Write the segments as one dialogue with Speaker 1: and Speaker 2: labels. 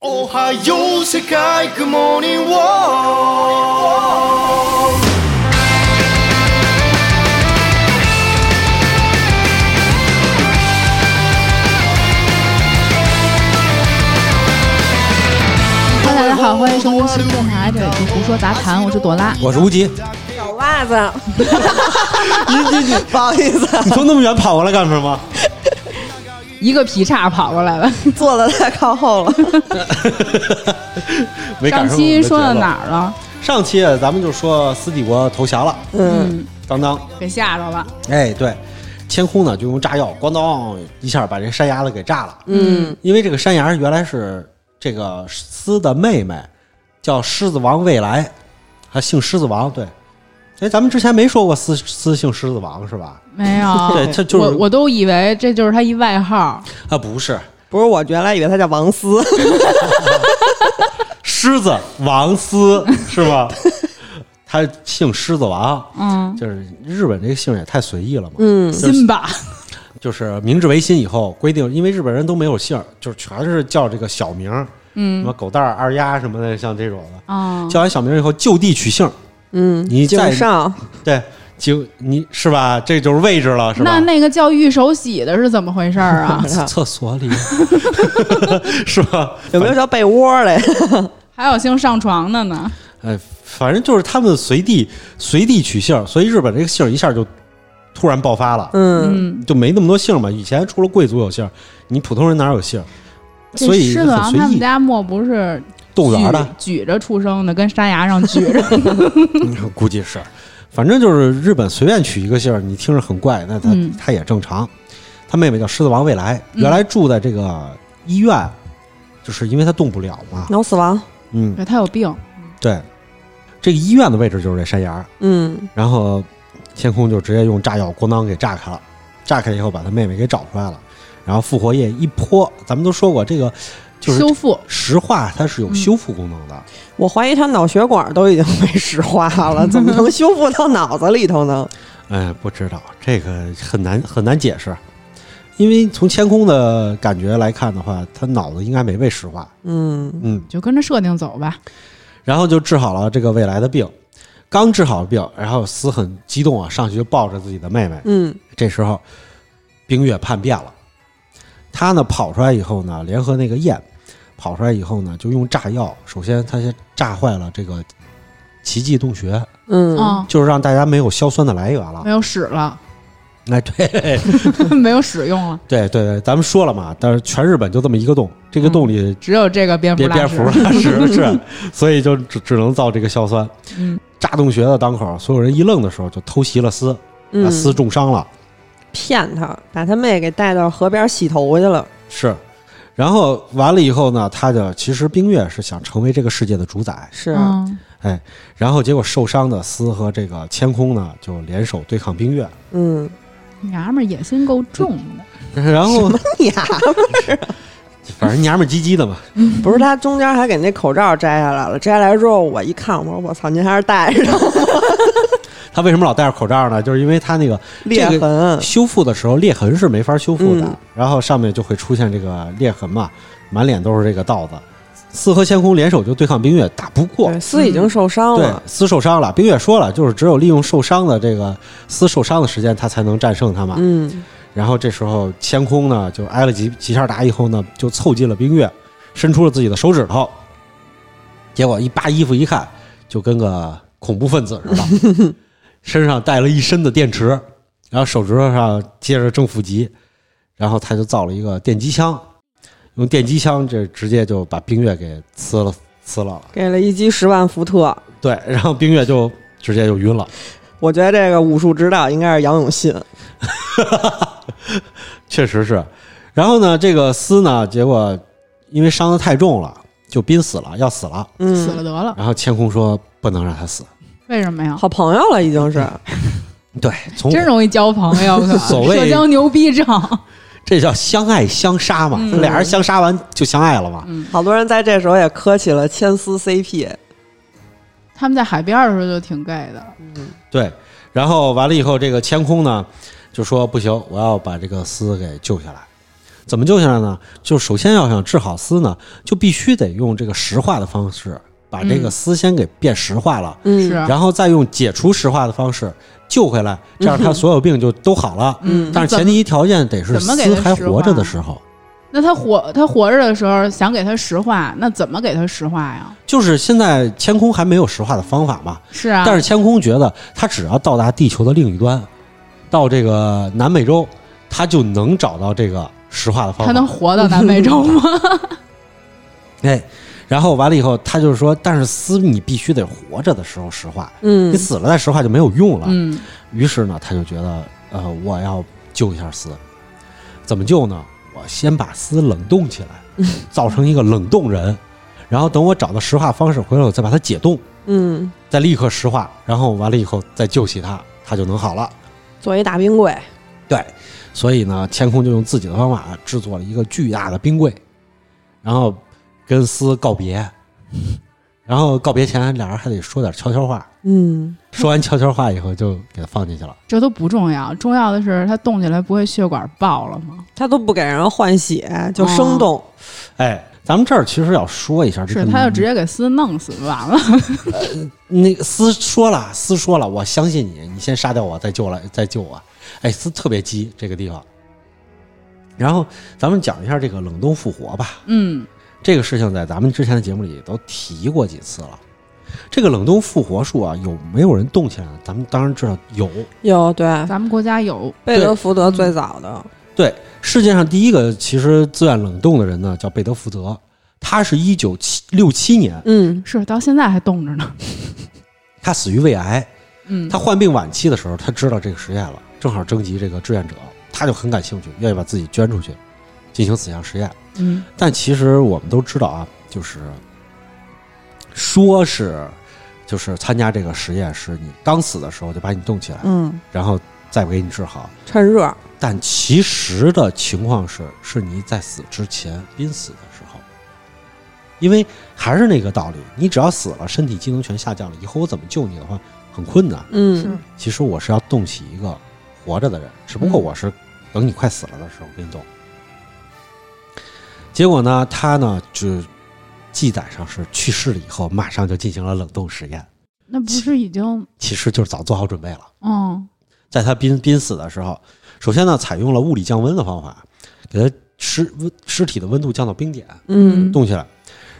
Speaker 1: おはよう世界グモーニングワー
Speaker 2: 大家好，欢迎收听新电台，这里是胡说杂谈，我是朵拉。
Speaker 3: 我是无极，
Speaker 4: 小袜子， 不好意思，
Speaker 3: 你从那么远跑过来干什么？
Speaker 2: 一个劈叉跑过来了。
Speaker 4: 坐的太靠后了。
Speaker 3: 没赶
Speaker 2: 上
Speaker 3: 上
Speaker 2: 期说到
Speaker 3: 到
Speaker 2: 哪？儿了？
Speaker 3: 上期啊咱们就说斯帝国投降了，
Speaker 4: 嗯，
Speaker 3: 当当，
Speaker 2: 给吓着了。
Speaker 3: 哎，对，天空呢就用炸药咣当一下把这山崖子给炸了。嗯，因为这个山崖原来是这个狮的妹妹，叫狮子王未来，她姓狮子王。对，哎，咱们之前没说过狮狮姓狮子王是吧？
Speaker 2: 没有，
Speaker 3: 对，他就
Speaker 2: 我
Speaker 3: 是
Speaker 2: 我都以为这就是他一外号，
Speaker 3: 啊，不是
Speaker 4: 不是我原来以为他叫王思，
Speaker 3: 狮子王狮是 吧？他姓狮子王。
Speaker 2: 嗯，
Speaker 3: 就是日本这个姓也太随意了嘛，
Speaker 4: 嗯
Speaker 2: 辛巴，
Speaker 3: 就是明治维新以后规定，因为日本人都没有姓儿，就是全是叫这个小名儿，什
Speaker 2: 嗯
Speaker 3: 么狗蛋儿、二丫什么的，像这种的。
Speaker 2: 啊，
Speaker 3: 叫完小名儿以后，就地取姓儿，
Speaker 4: 哦嗯，
Speaker 3: 你
Speaker 4: 井
Speaker 3: 再
Speaker 4: 上？
Speaker 3: 对，就你是吧？这就是位置了，是吧
Speaker 2: 那？那个叫玉手洗的是怎么回事儿 啊
Speaker 3: 厕所 里是吧？
Speaker 4: 有没有叫被窝嘞？
Speaker 2: 还有姓上床的呢？
Speaker 3: 哎，反正就是他们随地随地取姓儿，所以日本这个姓儿一下就突然爆发了，
Speaker 4: 嗯，
Speaker 2: 嗯，
Speaker 3: 就没那么多姓儿嘛。以前除了贵族有姓儿，你普通人哪有姓儿？
Speaker 2: 这
Speaker 3: 所以
Speaker 2: 狮子王
Speaker 3: 很随
Speaker 2: 他们
Speaker 3: 意。
Speaker 2: 家莫不是
Speaker 3: 动物园儿的
Speaker 2: 举举着出生的，跟山崖上举 着？
Speaker 3: 嗯 估计是，反正就是日本随便取一个姓儿，你听着很怪，那他、
Speaker 2: 嗯
Speaker 3: 他也正常。他妹妹叫狮子王未来，原来住在这个医院，就是因为他动不了嘛。
Speaker 4: 脑死亡，
Speaker 3: 嗯，
Speaker 2: 对他有病，
Speaker 3: 对，这个医院的位置就是这山崖儿，
Speaker 4: 嗯
Speaker 3: 然后天空就直接用炸药咣当给炸开了，炸开以后把他妹妹给找出来了，然后复活液一泼，咱们都说过这个就是
Speaker 2: 修复
Speaker 3: 石化，它是有
Speaker 2: 嗯
Speaker 3: 修复功能的。
Speaker 4: 我怀疑他脑血管都已经被石化 了，怎么能修复到脑子里头呢？
Speaker 3: 哎，不知道这个很难很难解释，因为从天空的感觉来看的话，他脑子应该没被石化，
Speaker 4: 嗯，
Speaker 3: 嗯，
Speaker 2: 就跟着设定走吧。
Speaker 3: 然后就治好了这个未来的病，刚治好病，然后死很激动啊，上去就抱着自己的妹妹。
Speaker 4: 嗯，
Speaker 3: 这时候，冰月叛变了，他呢跑出来以后呢，联合那个燕跑出来以后呢，就用炸药，首先他先炸坏了这个奇迹洞穴，
Speaker 4: 嗯，
Speaker 2: 啊，
Speaker 3: 就是让大家没有硝酸的来源了
Speaker 2: 没。有使了，
Speaker 3: 哎，对。
Speaker 2: 没有使用了，
Speaker 3: 对对对，咱们说了嘛，但是全日本就这么一个洞，这个洞里
Speaker 2: 只有这个蝙蝠
Speaker 3: 别
Speaker 2: 嗯拉
Speaker 3: 蝙
Speaker 2: 屎
Speaker 3: 蝠。拉屎是，所以就只只能造这个硝酸。
Speaker 2: 嗯，
Speaker 3: 炸洞穴的当口，所有人一愣的时候，就偷袭了司，把
Speaker 4: 嗯，
Speaker 3: 司重伤了，
Speaker 4: 骗他，把他妹给带到河边洗头去了。
Speaker 3: 是。然后完了以后呢，他就其实冰月是想成为这个世界的主宰，
Speaker 4: 是啊
Speaker 2: 嗯
Speaker 3: 然后结果受伤的司和这个千空呢就联手对抗冰月，
Speaker 4: 嗯，
Speaker 2: 娘们儿野心够重的，
Speaker 3: 然后
Speaker 4: 哎呀，
Speaker 3: 反正娘们儿唧唧的嘛，
Speaker 4: 不是他中间还给那口罩摘下来了，摘下来之后我一看，我说我操，您还是戴 上
Speaker 3: 她为什么老戴着口罩呢？就是因为她那个
Speaker 4: 裂
Speaker 3: 这
Speaker 4: 痕。
Speaker 3: 修复的时候裂痕是没法修复的，
Speaker 4: 嗯
Speaker 3: 然后上面就会出现这个裂痕嘛，满脸都是这个道子。四和千空联手就对抗冰月，打不过
Speaker 4: 对，，丝已经受伤
Speaker 3: 对
Speaker 4: 了，
Speaker 3: 司受伤了。冰月说了，就是只有利用受伤的这个司受伤的时间，他才能战胜他嘛。
Speaker 4: 嗯，
Speaker 3: 然后这时候千空呢就挨了几几下打以后呢，就凑近了冰月，伸出了自己的手指头， 结果一扒衣服一看，就跟个恐怖分子似的， 身上带了一身的电池，然后手指头上接着正负极，然后他就造了一个电击枪，用电击枪这直接就把冰月给刺了刺了了，
Speaker 4: 给了一击十万伏特。
Speaker 3: 对，然后冰月就直接就晕了，
Speaker 4: 我觉得这个武术指导应该是杨永信。
Speaker 3: 确实是。然后呢，这个司呢，结果因为伤得太重了，就濒死了，要死了。
Speaker 2: 死
Speaker 4: 嗯，
Speaker 2: 了得了。
Speaker 3: 然后千空说不能让他死，
Speaker 2: 为什么呀？
Speaker 4: 好朋友了已经是。
Speaker 3: 对，从
Speaker 2: 真容易交朋 友，可
Speaker 3: 所谓
Speaker 2: 社交牛逼症。
Speaker 3: 这叫相爱相杀嘛，
Speaker 2: 嗯
Speaker 3: 俩人相杀完就相爱了嘛。
Speaker 2: 嗯，
Speaker 4: 好多人在这时候也磕起了千丝 CP。
Speaker 2: 他们在海边的时候就挺 gay 的，
Speaker 3: 对，然后完了以后，这个千空呢就说不行，我要把这个司给救下来。怎么救下来呢？就首先要想治好丝呢，就必须得用这个石化的方式把这个
Speaker 2: 嗯
Speaker 3: 丝先给变石化了，
Speaker 4: 嗯，
Speaker 2: 是
Speaker 3: 然后再用解除石化的方式救回来，这样他所有病就都好了。
Speaker 4: 嗯
Speaker 3: 但是前提条件得是
Speaker 2: 怎么给
Speaker 3: 丝
Speaker 2: 它
Speaker 3: 还
Speaker 2: 石
Speaker 3: 活着
Speaker 2: 化
Speaker 3: 的时候，
Speaker 2: 那他活他活着的时候想给他石化，那怎么给他石化呀？
Speaker 3: 就是现在千空还没有石化的方法嘛。
Speaker 2: 是啊，
Speaker 3: 但是千空觉得，他只要到达地球的另一端，到这个南美洲，他就能找到这个石化的方
Speaker 2: 他
Speaker 3: 法。
Speaker 2: 能活到南美洲 吗？
Speaker 3: 哎，然后完了以后，他就说，但是丝你必须得活着的时候石化，
Speaker 4: 嗯
Speaker 3: 你死了再石化就没有用了。
Speaker 2: 嗯
Speaker 3: 于是呢，他就觉得，呃，我要救一下丝，怎么救呢？我先把丝冷冻起来， 造成一个冷冻人，然后等我找到石化方式回来，我再把它解冻，
Speaker 4: 嗯，
Speaker 3: 再立刻石化，然后完了以后再救起它，它就能好了。
Speaker 4: 做一大冰柜，
Speaker 3: 对，所以呢，千空就用自己的方法制作了一个巨大的冰柜，然后跟丝告别，然后告别前俩人还得说点悄悄话，
Speaker 4: 嗯，
Speaker 3: 说完悄悄话以后就给它放进去了。
Speaker 2: 这都不重要，重要的是他冻起来不会血管爆了吗？
Speaker 4: 他都不给人换血，就生动，
Speaker 3: 哎，咱们这儿其实要说一下这
Speaker 2: 是，
Speaker 3: 个，
Speaker 2: 他就直接给丝弄死就完了。
Speaker 3: 那个丝说了，丝说了，我相信你，你先杀掉我，再救来，再救我。哎，丝特别急这个地方。然后咱们讲一下这个冷冻复活吧，
Speaker 2: 嗯，
Speaker 3: 这个事情在咱们之前的节目里都提过几次了。这个冷冻复活术啊，有没有人动起来呢？咱们当然知道有。
Speaker 4: 有对，
Speaker 2: 咱们国家有，
Speaker 4: 贝德福德最早的，
Speaker 3: 对，世界上第一个其实自愿冷冻的人呢，叫贝德福德，他是一九七六七年，
Speaker 4: 嗯
Speaker 2: 是到现在还冻着呢。
Speaker 3: 他死于胃癌。
Speaker 2: 嗯，
Speaker 3: 他患病晚期的时候，他知道这个实验了，正好征集这个志愿者，他就很感兴趣，愿意把自己捐出去进行此项实验。
Speaker 2: 嗯
Speaker 3: 但其实我们都知道啊，就是说是就是参加这个实验是你刚死的时候就把你冻起来，
Speaker 4: 嗯，
Speaker 3: 然后再给你治好。
Speaker 4: 趁热，
Speaker 3: 但其实的情况是，是你在死之前濒死的时候，因为还是那个道理，你只要死了，身体机能全下降了，以后我怎么救你的话很困难。
Speaker 4: 嗯
Speaker 3: 其实我是要冻起一个活着的人，只不过我是等你快死了的时候给你冻。结果呢，他呢就记载上是去世了以后，马上就进行了冷冻实验，
Speaker 2: 那不是已经
Speaker 3: 其实就是早做好准备了。
Speaker 2: 嗯
Speaker 3: 在他濒濒死的时候，首先呢，采用了物理降温的方法，给他尸温尸体的温度降到冰点，
Speaker 4: 嗯
Speaker 3: 冻起来，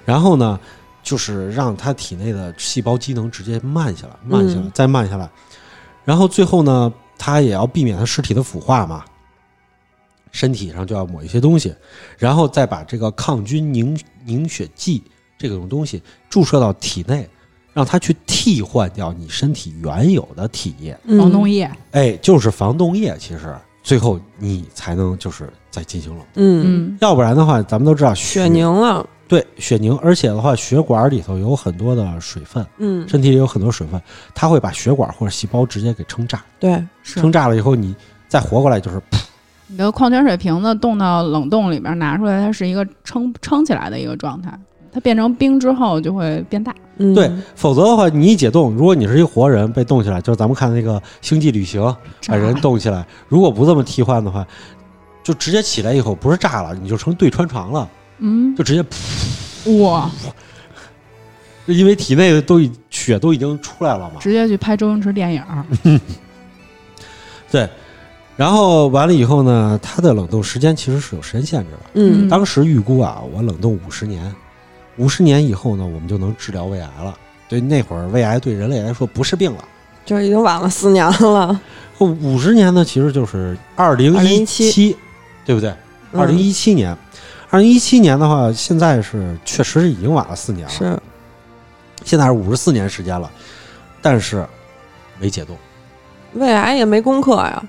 Speaker 3: 然后呢，就是让他体内的细胞机能直接慢下来，慢下来，
Speaker 4: 嗯
Speaker 3: 再慢下来，然后最后呢，他也要避免他尸体的腐化嘛，身体上就要抹一些东西，然后再把这个抗菌凝凝血剂这种东西注射到体内，让它去替换掉你身体原有的体液，
Speaker 4: 嗯
Speaker 2: 防冻液，
Speaker 3: 哎，就是防冻液，其实最后你才能就是再进行冷，
Speaker 4: 嗯，
Speaker 2: 嗯，
Speaker 3: 要不然的话，咱们都知道
Speaker 4: 血凝了，
Speaker 3: 对，血凝，而且的话，血管里头有很多的水分，
Speaker 4: 嗯，
Speaker 3: 身体里有很多水分，它会把血管或者细胞直接给撑炸，
Speaker 4: 对，
Speaker 2: 是
Speaker 3: 撑炸了以后，你再活过来就是 噗
Speaker 2: 你的矿泉水瓶子冻到冷冻里边拿出来，它是一个撑撑起来的一个状态，它变成冰之后就会变大。
Speaker 4: 嗯
Speaker 3: 对，否则的话，你一解冻，如果你是一活人被冻起来，就是咱们看那个《星际旅行》
Speaker 2: 啊
Speaker 3: 把人冻起来，如果不这么替换的话，就直接起来以后不是炸了，你就成对穿肠了，
Speaker 2: 嗯，
Speaker 3: 就直接噗，
Speaker 2: 哇，
Speaker 3: 就因为体内的都已血都已经出来了嘛，
Speaker 2: 直接去拍周星驰电影儿。
Speaker 3: 对。然后完了以后呢，它的冷冻时间其实是有时间限制的。
Speaker 4: 嗯
Speaker 2: 嗯
Speaker 3: 当时预估啊，我冷冻五十年，五十年以后呢，我们就能治疗胃癌了。对，那会儿胃癌对人类来说不是病了。
Speaker 4: 就已经晚了四年了，
Speaker 3: 五十年呢，其实就是二零一七嗯
Speaker 4: 2017，
Speaker 3: 对不对？二零一七年，二零一七年的话，现在是确实是已经晚了四年
Speaker 4: 嗯
Speaker 3: 了，
Speaker 4: 是，
Speaker 3: 现在是五十四年时间了，但是没解冻。
Speaker 4: 胃癌也没攻克呀，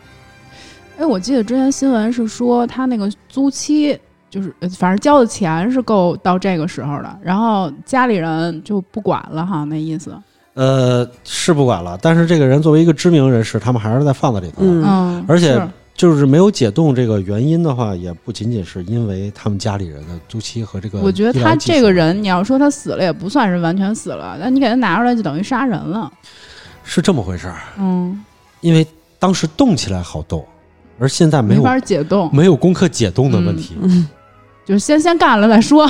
Speaker 2: 哎，我记得之前新闻是说他那个租期。就是，呃反正交的钱是够到这个时候的，然后家里人就不管了哈，那意思。
Speaker 3: 呃，是不管了，但是这个人作为一个知名人士，他们还是在放在里头的。
Speaker 4: 嗯
Speaker 2: 嗯，
Speaker 3: 而且
Speaker 2: 是
Speaker 3: 就是没有解冻这个原因的话，也不仅仅是因为他们家里人的租期和这个。
Speaker 2: 我觉得他这个人，你要说他死了也不算是完全死了，但你给他拿出来就等于杀人了。
Speaker 3: 是这么回事儿，
Speaker 2: 嗯
Speaker 3: 因为当时冻起来好冻，而现在没
Speaker 2: 没
Speaker 3: 有
Speaker 2: 法解冻，嗯
Speaker 3: 没有攻克解冻的问题，
Speaker 2: 就是先先干了再说。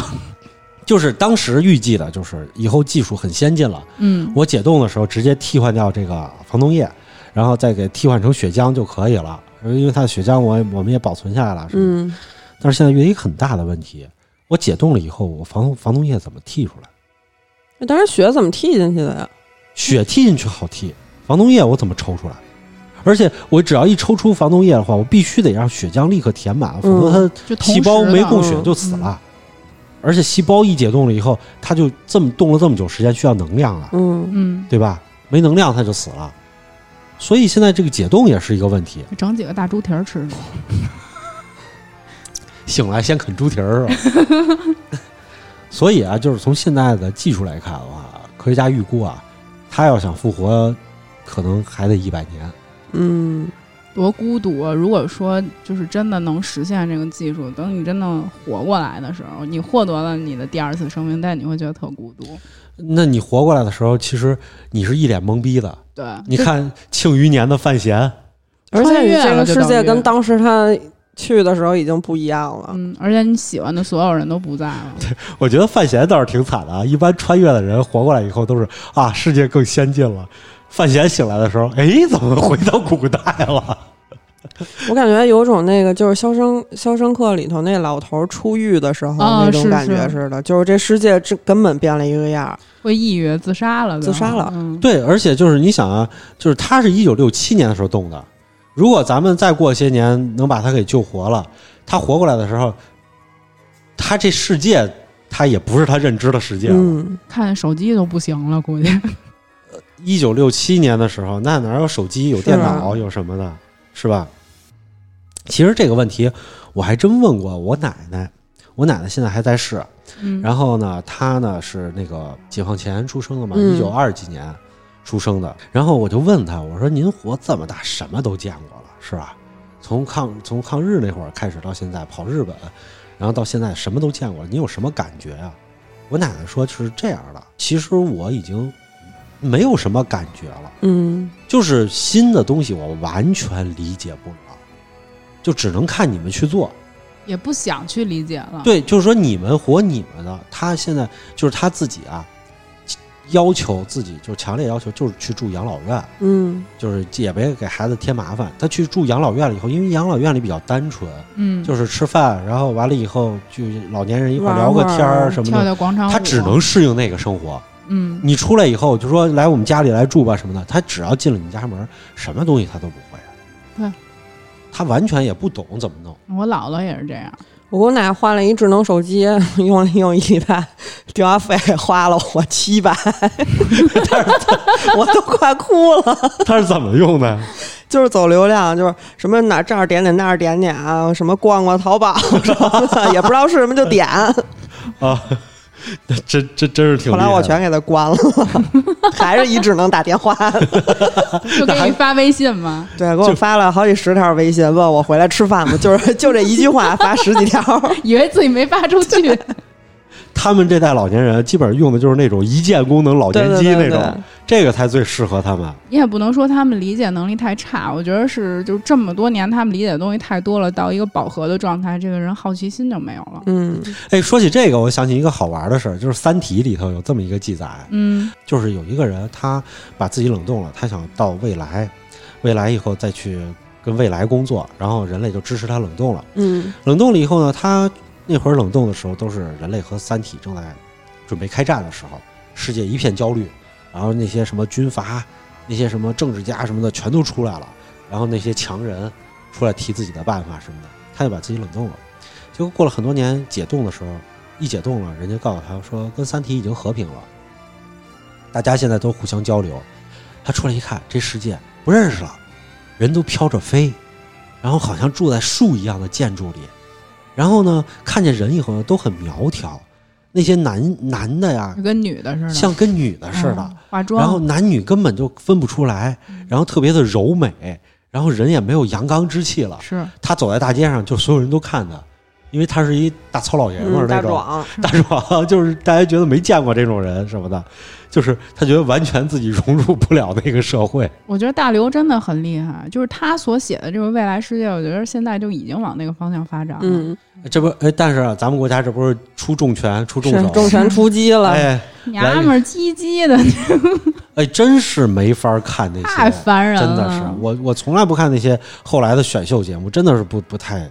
Speaker 3: 就是当时预计的，就是以后技术很先进了，
Speaker 2: 嗯，
Speaker 3: 我解冻的时候直接替换掉这个防冻液，然后再给替换成血浆就可以了。因为它的血浆我也我们也保存下来了，是吧
Speaker 4: 嗯，
Speaker 3: 但是现在遇到一个很大的问题，我解冻了以后，我防防冻液怎么剔出来？
Speaker 4: 那当时血怎么剔进去的呀？
Speaker 3: 血剔进去好剔，防冻液我怎么抽出来？而且我只要一抽出防冻液的话，我必须得让血浆立刻填满，否则它
Speaker 2: 就同
Speaker 3: 细胞
Speaker 2: 时的
Speaker 3: 没供血
Speaker 4: 嗯
Speaker 3: 就死了。而且细胞一解冻了以后，它就这么冻了这么久时间，需要能量啊，
Speaker 4: 嗯，
Speaker 2: 嗯，
Speaker 3: 对吧？没能量它就死了。所以现在这个解冻也是一个问题。
Speaker 2: 就整几个大猪蹄儿吃吃。
Speaker 3: 醒来先啃猪蹄儿是吧？ 所以啊，就是从现在的技术来看的话，科学家预估啊，他要想复活，可能还得一百年。
Speaker 4: 嗯，
Speaker 2: 多孤独啊！如果说就是真的能实现这个技术，等你真的活过来的时候，你获得了你的第二次生命，但你会觉得特孤独。
Speaker 3: 那你活过来的时候，其实你是一脸懵逼的。
Speaker 2: 对，
Speaker 3: 你看庆余年的范闲，
Speaker 4: 而且
Speaker 2: 穿
Speaker 4: 你
Speaker 2: 越
Speaker 4: 这
Speaker 2: 了
Speaker 4: 个
Speaker 2: 就
Speaker 4: 世界
Speaker 2: 等于
Speaker 4: 跟当时他去的时候已经不一样了。
Speaker 2: 嗯，而且你喜欢的所有人都不在了。
Speaker 3: 我觉得范闲倒是挺惨的啊。一般穿越的人活过来以后都是啊，世界更先进了。范闲醒来的时候，哎，怎么回到古代了？
Speaker 4: 我感觉有种那个就是《肖申肖申克》里头那老头儿出狱的时候
Speaker 2: 啊
Speaker 4: 那种
Speaker 2: 是
Speaker 4: 感觉
Speaker 2: 是
Speaker 4: 似的，就是这世界这根本变了一个样儿。
Speaker 2: 会抑郁、自杀了，对吧
Speaker 4: 自杀了
Speaker 2: 嗯，
Speaker 3: 对，而且就是你想啊，就是他是一九六七年的时候动的，如果咱们再过些年能把他给救活了，他活过来的时候，他这世界他也不是他认知的世界了。
Speaker 4: 嗯，
Speaker 2: 看手机都不行了， 估计。
Speaker 3: 一九六七年的时候，那哪有手机、有电脑、
Speaker 4: 是
Speaker 3: 有什么的，是吧？其实这个问题我还真问过我奶奶，我奶奶现在还在世，啊
Speaker 2: 嗯，
Speaker 3: 然后呢，他呢是那个解放前出生的嘛，
Speaker 4: 嗯
Speaker 3: 一九二几年出生的。然后我就问他，我说您活这么大，什么都见过了，是吧？从抗从抗日那会儿开始到现在，跑日本，然后到现在什么都见过了，您有什么感觉啊？我奶奶说是这样的，其实我已经没有什么感觉了，
Speaker 4: 嗯，
Speaker 3: 就是新的东西我完全理解不了，就只能看你们去做。
Speaker 2: 也不想去理解了。，
Speaker 3: 对，就是说你们活你们的，他现在就是他自己啊，要求自己就是强烈要求就是去住养老院，
Speaker 4: 嗯，
Speaker 3: 就是也别给孩子添麻烦。他去住养老院了以后，因为养老院里比较单纯，
Speaker 2: 嗯，
Speaker 3: 就是吃饭，然后完了以后就老年人一块儿
Speaker 4: 玩
Speaker 3: 聊个
Speaker 4: 会儿
Speaker 3: 天儿什么
Speaker 2: 跳
Speaker 3: 的，
Speaker 2: 跳广场舞，
Speaker 3: 他只能适应那个生活。
Speaker 2: 嗯，
Speaker 3: 你出来以后就说来我们家里来住吧什么的，他只要进了你家门儿，什么东西他都不会。
Speaker 2: 对，
Speaker 3: 他完全也不懂怎么弄。
Speaker 2: 我姥姥也是这样。
Speaker 4: 我给我奶换了一智能手机，用了用一礼拜，电话费花了我七百，我都快哭了。
Speaker 3: 他是怎么用的？
Speaker 4: 就是走流量，就是什么哪这儿点点那儿点点啊，什么逛逛淘宝什么的， 也不知道是什么就点。
Speaker 3: 啊， 那真真真 是挺
Speaker 4: 后
Speaker 3: 厉害
Speaker 4: 来
Speaker 3: 的。
Speaker 4: 我全给他关了， 还是一智能打 电话。
Speaker 2: 就给你发微信嘛，
Speaker 4: 对，给我发了好几十条微信，问我回来吃饭吗？就是就这一句话发十 几条。
Speaker 2: 以为自己没发出去。
Speaker 3: 他们这代老年人基本上用的就是那种一键功能老
Speaker 4: 对
Speaker 3: 年
Speaker 4: 对
Speaker 3: 机那
Speaker 4: 对
Speaker 3: 种，
Speaker 4: 对，
Speaker 3: 这个才最适合他们。
Speaker 2: 你也不能说他们理解能力太差，我觉得是就是这么多年他们理解的东西太多了，到一个饱和的状态，这个人好奇心就没有了。
Speaker 4: 嗯
Speaker 3: 哎，说起这个，我想起一个好玩的事儿，就是《三体》里头有这么一个记载，
Speaker 2: 嗯
Speaker 3: 就是有一个人他把自己冷冻了，他想到未来，未来以后再去跟未来工作，然后人类就支持他冷冻了。
Speaker 4: 嗯
Speaker 3: 冷冻了以后呢，他那会儿冷冻的时候都是人类和三体正在准备开战的时候，世界一片焦虑，然后那些什么军阀、那些什么政治家什么的全都出来了，然后那些强人出来提自己的办法什么的，他就把自己冷冻了。结果过了很多年解冻的时候，一解冻了，人家告诉他说跟三体已经和平了，大家现在都互相交流。他出来一看，这世界不认识了，人都飘着飞，然后好像住在树一样的建筑里。然后呢，看见人以后呢都很苗条，那些男男的呀
Speaker 2: 嗯就，跟女的似的，
Speaker 3: 像跟女的似的
Speaker 2: 嗯，化妆，
Speaker 3: 然后男女根本就分不出来，然后特别的柔美，然后人也没有阳刚之气了。
Speaker 2: 是
Speaker 3: 他走在大街上，就所有人都看他，因为他是一大糙老爷们儿那
Speaker 4: 嗯，大
Speaker 3: 种。
Speaker 4: 壮，
Speaker 3: 大壮就是大家觉得没见过这种人什么的，就是他觉得完全自己融入不了那个社会。
Speaker 2: 我觉得大刘真的很厉害，就是他所写的这个未来世界，我觉得现在就已经往那个方向发展了。
Speaker 4: 嗯，
Speaker 3: 这不，哎，但是啊，咱们国家这不是出重拳、出重
Speaker 4: 是
Speaker 3: 手，
Speaker 4: 重拳出击了。
Speaker 3: 哎
Speaker 2: 娘们儿唧唧的，
Speaker 3: 哎，真是没法看那些，
Speaker 2: 太烦人
Speaker 3: 真
Speaker 2: 了。
Speaker 3: 的是啊我我从来不看那些后来的选秀节目，真的是不不太。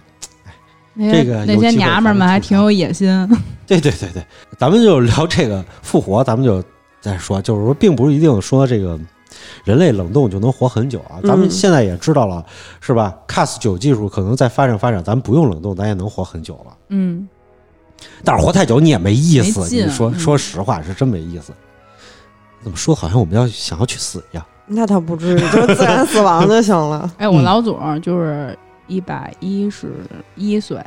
Speaker 2: 那
Speaker 3: 这个有
Speaker 2: 些那些
Speaker 3: 机会
Speaker 2: 娘们儿
Speaker 3: 咱们
Speaker 2: 们还
Speaker 3: 吐槽
Speaker 2: 挺有野心。
Speaker 3: 对对对对，咱们就聊这个复活，咱们就再说，就是说，并不是一定说这个人类冷冻就能活很久啊。咱们
Speaker 4: 嗯
Speaker 3: 现在也知道了，是吧？Cas 九技术可能再发展发展，咱们不用冷冻，咱也能活很久了。
Speaker 2: 嗯，
Speaker 3: 但是活太久你也没意思，
Speaker 2: 没劲啊
Speaker 3: 你说
Speaker 2: 嗯
Speaker 3: 说实话是真没意思。怎么说？好像我们要想要去死一样。
Speaker 4: 那倒不至于，就是自然死亡就 行了。
Speaker 2: 哎，我
Speaker 3: 嗯
Speaker 2: 老祖儿就是一百一十一岁，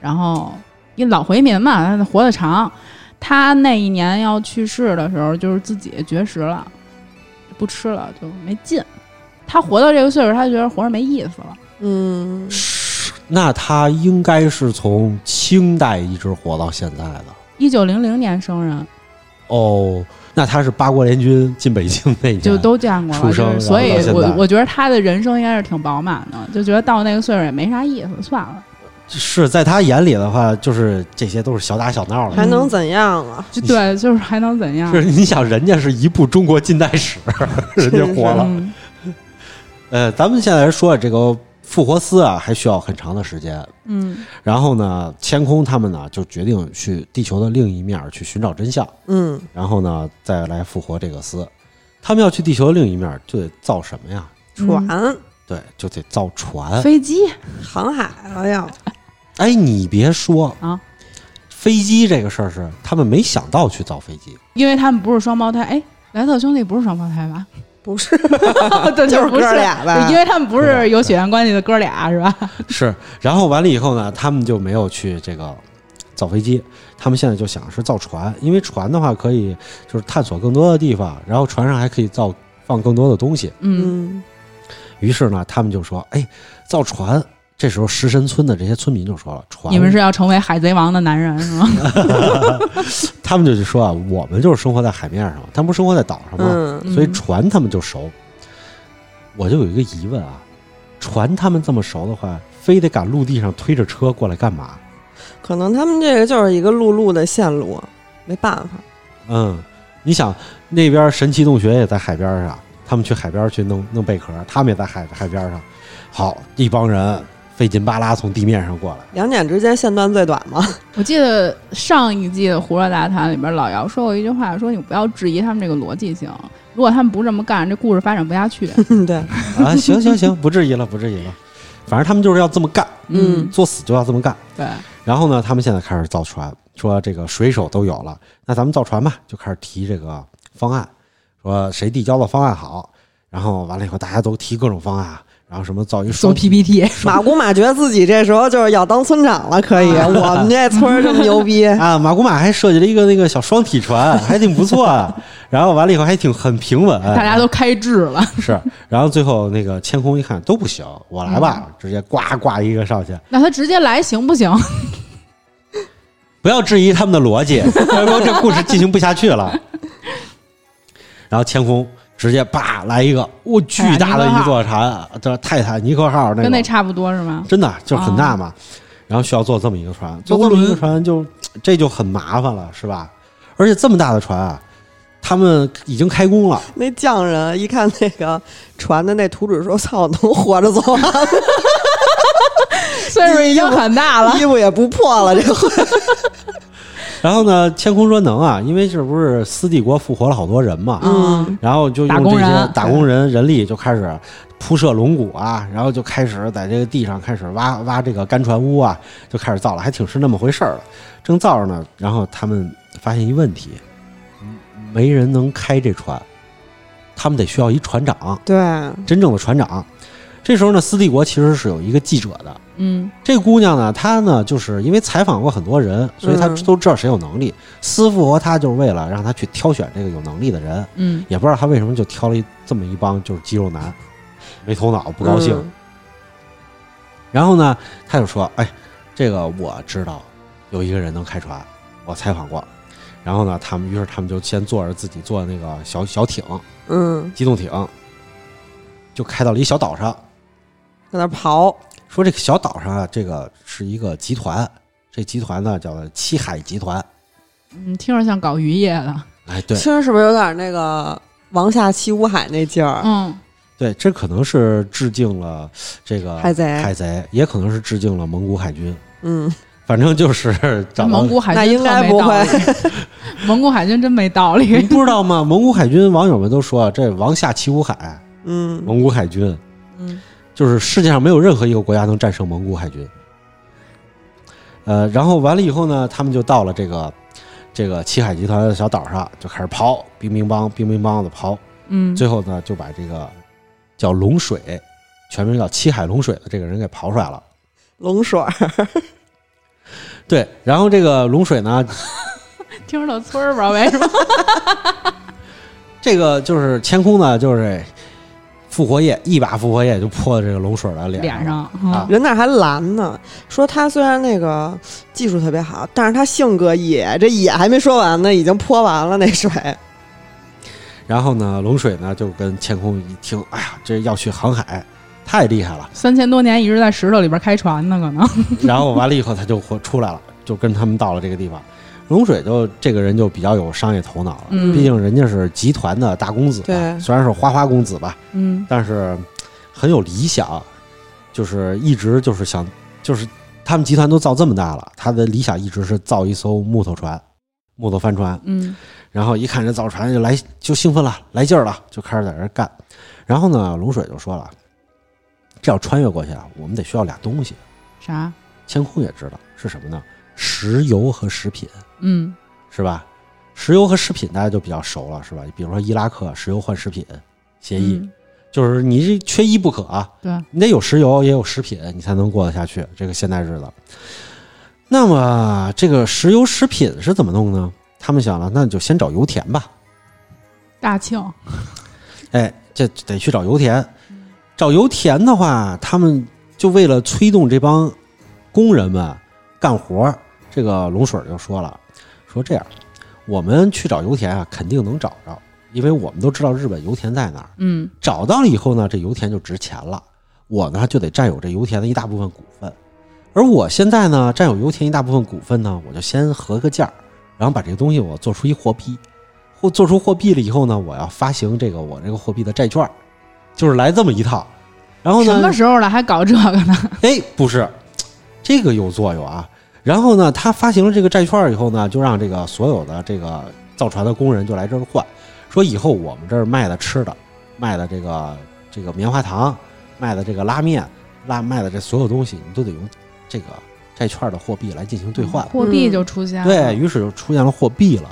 Speaker 2: 然后因为老回民嘛，他活得长。他那一年要去世的时候，就是自己绝食了，不吃了，就没劲。他活到这个岁数，他觉得活着没意思了。
Speaker 4: 嗯，
Speaker 3: 是，那他应该是从清代一直活到现在的
Speaker 2: 一九零零年生人，
Speaker 3: 哦。那他是八国联军进北京那年，
Speaker 2: 就都见过了，
Speaker 3: 出生
Speaker 2: 就是所以
Speaker 3: 然后到现
Speaker 2: 我
Speaker 3: 在
Speaker 2: 我觉得他的人生应该是挺饱满的，就觉得到那个岁数也没啥意思，算了，
Speaker 3: 是在他眼里的话，就是这些都是小打小闹
Speaker 4: 还
Speaker 3: 了。
Speaker 4: 能怎样啊？
Speaker 2: 就对，就是还能怎样？
Speaker 3: 是你想，人家是一部中国近代 史，人家活了。
Speaker 2: 嗯，
Speaker 3: 呃，咱们现在说这个复活丝啊，还需要很长的时间。
Speaker 2: 嗯，
Speaker 3: 然后呢，千空他们呢就决定去地球的另一面去寻找真相，
Speaker 4: 嗯，
Speaker 3: 然后呢再来复活这个丝。他们要去地球的另一面，就得造什么呀？
Speaker 4: 船、
Speaker 3: 对，就得造船。
Speaker 2: 飞机
Speaker 4: 航海了要，
Speaker 3: 哎，你别说
Speaker 2: 啊，
Speaker 3: 飞机这个事儿是他们没想到去造飞机，
Speaker 2: 因为他们不是双胞胎，哎，莱特兄弟不是双胞胎 吧？
Speaker 4: 不是
Speaker 2: 哦对，
Speaker 4: 就是
Speaker 2: 不
Speaker 4: 哥俩呗
Speaker 2: 因为他们不
Speaker 3: 对
Speaker 2: 是有血缘关系的哥俩是吧？
Speaker 3: 是，然后完了以后呢，他们就没有去这个造飞机，他们现在就想是造船，因为船的话可以就是探索更多的地方，然后船上还可以造放更多的东西。
Speaker 2: 嗯，
Speaker 4: 嗯，
Speaker 3: 于是呢，他们就说：“哎，造船。”这时候石神村的这些村民就说了：“船，
Speaker 2: 你们是要成为海贼王的男人是 吗？
Speaker 3: 他们就去说啊，我们就是生活在海面上嘛，他们不是生活在岛上吗？
Speaker 4: 嗯，
Speaker 3: 所以船他们就熟。”我就有一个疑问啊，船他们这么熟的话，非得赶陆地上推着车过来干嘛？
Speaker 4: 可能他们这个就是一个陆路的线路，没办法。
Speaker 3: 嗯，你想那边神奇洞穴也在海边儿上，他们去海边儿去弄弄贝壳，他们也在海海边儿上。好，一帮人费劲巴拉从地面上过来。
Speaker 4: 两点之间线段最短 嘛，
Speaker 2: 我记得上一季的《胡说大谈》里边，老姚说过一句话，说你不要质疑他们这个逻辑性，如果他们不这么干，这故事发展不下 去。
Speaker 4: 对，
Speaker 3: 啊，行行行，不质疑了，不质疑了。反正他们就是要这么干，
Speaker 4: 嗯
Speaker 3: 作死就要这么干。
Speaker 2: 对，
Speaker 3: 然后呢，他们现在开始造船，说这个水手都有了，那咱们造船吧，就开始提这个方案，说谁递交的方案好。然后完了以后，大家都提各种方案，然后什么造一
Speaker 2: 做
Speaker 3: 双，
Speaker 2: PPT，
Speaker 4: 马姑马觉得自己这时候就是要当村长 了，可以，我们这村儿这么牛逼
Speaker 2: 哎
Speaker 3: 啊，马古马还设计了一个那个小双体船， 还挺不错啊。然后完了以后还挺很平稳，
Speaker 2: 大家都开智了。
Speaker 3: 是。然后最后那个千空一看都不行，我来吧，
Speaker 2: 嗯
Speaker 3: 直接呱呱一个上去。
Speaker 2: 那他直接来行 不行？
Speaker 3: 不要质疑他们的 逻辑，要不然这故事进行不下去了。然后千空直接叭来一个，哇，巨大
Speaker 2: 啊
Speaker 3: 的一座船，这泰坦尼克号那
Speaker 2: 跟
Speaker 3: 个
Speaker 2: 那，差不多是吗？
Speaker 3: 真的就是很大嘛。然后需要做这么一个船，做
Speaker 2: 哦游
Speaker 3: 这么一个
Speaker 2: 轮
Speaker 3: 船就这就很麻烦了，是吧？而且这么大的船啊，他们已经开工了。
Speaker 4: 那匠人一看那个船的那图纸说：“操，能活着走完吗，
Speaker 2: 岁数已经很大了。
Speaker 4: 衣服也不破了， 这回
Speaker 3: 然后呢，千空说能啊，因为这不是私帝国复活了好多人嘛，
Speaker 2: 嗯，
Speaker 3: 然后就
Speaker 2: 打
Speaker 3: 用这
Speaker 2: 工人啊
Speaker 3: 些打工人人力就开始铺设龙骨啊，然后就开始在这个地上开始挖挖这个干船屋啊，就开始造了，还挺是那么回事儿了。正造着呢，然后他们发现一问题，没人能开这船，他们得需要一船长，
Speaker 4: 对，
Speaker 3: 真正的船长。这时候呢，私帝国其实是有一个记者的，
Speaker 2: 嗯，
Speaker 3: 这姑娘呢，她呢，就是因为采访过很多人，所以她
Speaker 4: 嗯
Speaker 3: 都知道谁有能力。师傅和她就是为了让她去挑选这个有能力的人，
Speaker 2: 嗯，
Speaker 3: 也不知道她为什么就挑了一这么一帮就是肌肉男，没头脑，不高兴。
Speaker 4: 嗯
Speaker 3: 然后呢，她就说：“哎，这个我知道有一个人能开船，我采访过。”然后呢，他们于是他们就先坐着自己坐那个小小艇，
Speaker 4: 嗯，
Speaker 3: 机动艇，就开到了一小岛上。
Speaker 4: 在那儿刨，
Speaker 3: 说这个小岛上啊，这个是一个集团，这集团呢叫做七海集团。
Speaker 2: 嗯，听着像搞渔业的，
Speaker 3: 哎，对
Speaker 4: 听着是不是有点那个王下七武海那劲儿？
Speaker 2: 嗯，
Speaker 3: 对，这可能是致敬了这个
Speaker 4: 海贼
Speaker 3: 海贼，也可能是致敬了蒙古海军。
Speaker 4: 嗯，
Speaker 3: 反正就是 找到
Speaker 2: 蒙古海
Speaker 4: 那
Speaker 2: 军
Speaker 4: 应该
Speaker 2: 特没
Speaker 4: 不
Speaker 2: 道
Speaker 4: 会
Speaker 2: 理蒙古海军真没道
Speaker 3: 您
Speaker 2: 理。
Speaker 3: 不知道吗？蒙古海军网友们都说啊，这王下七武海，
Speaker 4: 嗯
Speaker 3: 蒙古海军
Speaker 4: 嗯，
Speaker 3: 就是世界上没有任何一个国家能战胜蒙古海军。呃，然后完了以后呢，他们就到了这个这个七海集团的小岛上，就开始刨，乒乒乓乒乒乓的刨，
Speaker 2: 嗯，
Speaker 3: 最后呢就把这个叫龙水，全名叫七海龙水的这个人给刨出来了。
Speaker 4: 龙水儿，
Speaker 3: 对，然后这个龙水呢，
Speaker 2: 听着都村儿吧，为什么？
Speaker 3: 这个就是千空呢，就是复活液一把复活液就泼到这个龙水的脸
Speaker 2: 脸
Speaker 3: 上了。
Speaker 2: 上嗯
Speaker 3: 啊
Speaker 4: 人那儿还拦呢，说他虽然那个技术特别好，但是他性格野，这野还没说完呢，已经泼完了那水。
Speaker 3: 然后呢，龙水呢就跟千空一听，哎呀，这要去航海，太厉害了。
Speaker 2: 三千多年一直在石头里边开船呢，可能。
Speaker 3: 然后完了以后，他就活出来了，就跟他们到了这个地方。龙水就这个人就比较有商业头脑了，
Speaker 2: 嗯
Speaker 3: 毕竟人家是集团的大公子吧，
Speaker 4: 对
Speaker 3: 虽然是花花公子吧，
Speaker 2: 嗯
Speaker 3: 但是很有理想，就是一直就是想，就是他们集团都造这么大了，他的理想一直是造一艘木头船，木头帆船。
Speaker 2: 嗯
Speaker 3: 然后一看这造船就来就兴奋了，来劲儿了，就开始在这儿干。然后呢，龙水就说了，这要穿越过去啊，我们得需要俩东西。
Speaker 2: 啥？
Speaker 3: 千空也知道是什么呢？石油和食品，
Speaker 2: 嗯
Speaker 3: 是吧？石油和食品大家就比较熟了，是吧？比如说伊拉克石油换食品协议，
Speaker 2: 嗯
Speaker 3: 就是你这缺一不可啊，
Speaker 2: 对，
Speaker 3: 你得有石油也有食品，你才能过得下去这个现代日子。那么这个石油食品是怎么弄呢？他们想了，那就先找油田吧。
Speaker 2: 大庆
Speaker 3: 哎，这得去找油田。找油田的话，他们就为了催动这帮工人们干活儿，这个龙水儿就说了，说这样，我们去找油田啊，肯定能找着，因为我们都知道日本油田在哪儿。
Speaker 2: 嗯
Speaker 3: 找到了以后呢，这油田就值钱了，我呢就得占有这油田的一大部分股份。而我现在呢，占有油田一大部分股份呢，我就先合个价儿，然后把这个东西我做出一货币，或做出货币了以后呢，我要发行这个我这个货币的债券儿，就是来这么一套。然后
Speaker 2: 什
Speaker 3: 呢
Speaker 2: 么，时候了还搞这个呢？
Speaker 3: 哎，不是，这个有作用啊。然后呢，他发行了这个债券儿以后呢，就让这个所有的这个造船的工人就来这儿换，说以后我们这儿卖的吃的，卖的这个这个棉花糖，卖的这个拉面，拉卖的这所有东西，你都得用这个债券儿的货币来进行兑换。
Speaker 2: 货币就出现了。
Speaker 3: 对于是就出现了货币了。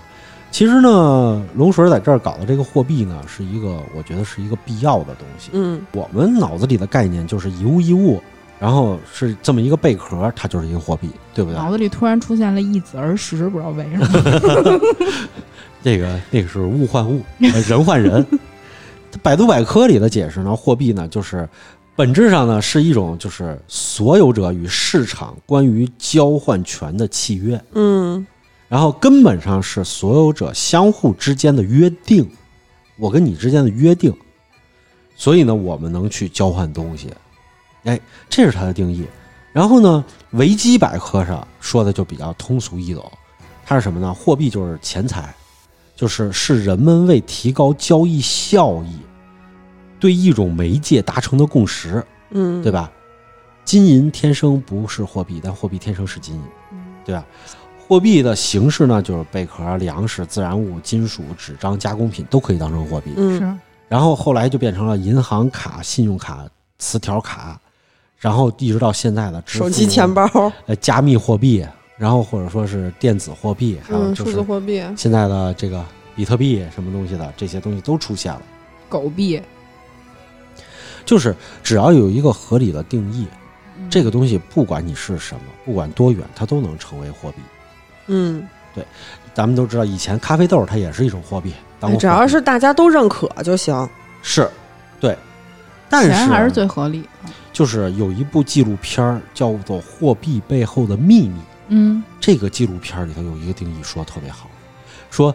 Speaker 3: 其实呢，龙水在这儿搞的这个货币呢，是一个我觉得是一个必要的东西。
Speaker 4: 嗯，
Speaker 3: 我们脑子里的概念就是一物一物，然后是这么一个贝壳，它就是一个货币，对不对？
Speaker 2: 脑子里突然出现了一子而食，不知道为什么。
Speaker 3: 这个那个是物换物，呃人换人。 百度百科里的解释呢，货币呢就是本质上呢是一种就是所有者与市场关于交换权的契约，
Speaker 4: 嗯，
Speaker 3: 然后根本上是所有者相互之间的约定，我跟你之间的约定，所以呢，我们能去交换东西，哎，这是它的定义。然后呢，维基百科上说的就比较通俗易懂，它是什么呢？货币就是钱财，就是是人们为提高交易效益，对一种媒介达成的共识，
Speaker 4: 嗯，
Speaker 3: 对吧？金银天生不是货币，但货币天生是金银，
Speaker 4: 嗯
Speaker 3: 对吧？货币的形式呢，就是贝壳、粮食、自然物、金属、纸张、加工品都可以当成货币。
Speaker 4: 嗯，
Speaker 2: 是，
Speaker 3: 然后后来就变成了银行卡、信用卡、磁条卡，然后一直到现在的支付
Speaker 4: 手机钱、包，
Speaker 3: 呃加密货币，然后或者说是电子货币，还有
Speaker 4: 嗯，
Speaker 3: 就
Speaker 4: 数字
Speaker 3: 是
Speaker 4: 货币，
Speaker 3: 现在的这个比特币什么东西的，这些东西都出现了。
Speaker 2: 狗币。
Speaker 3: 就是只要有一个合理的定义，
Speaker 4: 嗯
Speaker 2: 嗯
Speaker 3: 这个东西不管你是什么，不管多远，它都能成为货币。
Speaker 4: 嗯，
Speaker 3: 咱们都知道，以前咖啡豆它也是一种货币，当过
Speaker 4: 哎只
Speaker 3: 货
Speaker 4: 要
Speaker 3: 币
Speaker 4: 是大家都认可就行。
Speaker 3: 是，对。但是
Speaker 2: 钱还是最合理的。
Speaker 3: 就是有一部纪录片儿叫做《货币背后的秘密》，
Speaker 2: 嗯
Speaker 3: 这个纪录片儿里头有一个定义说得特别好，说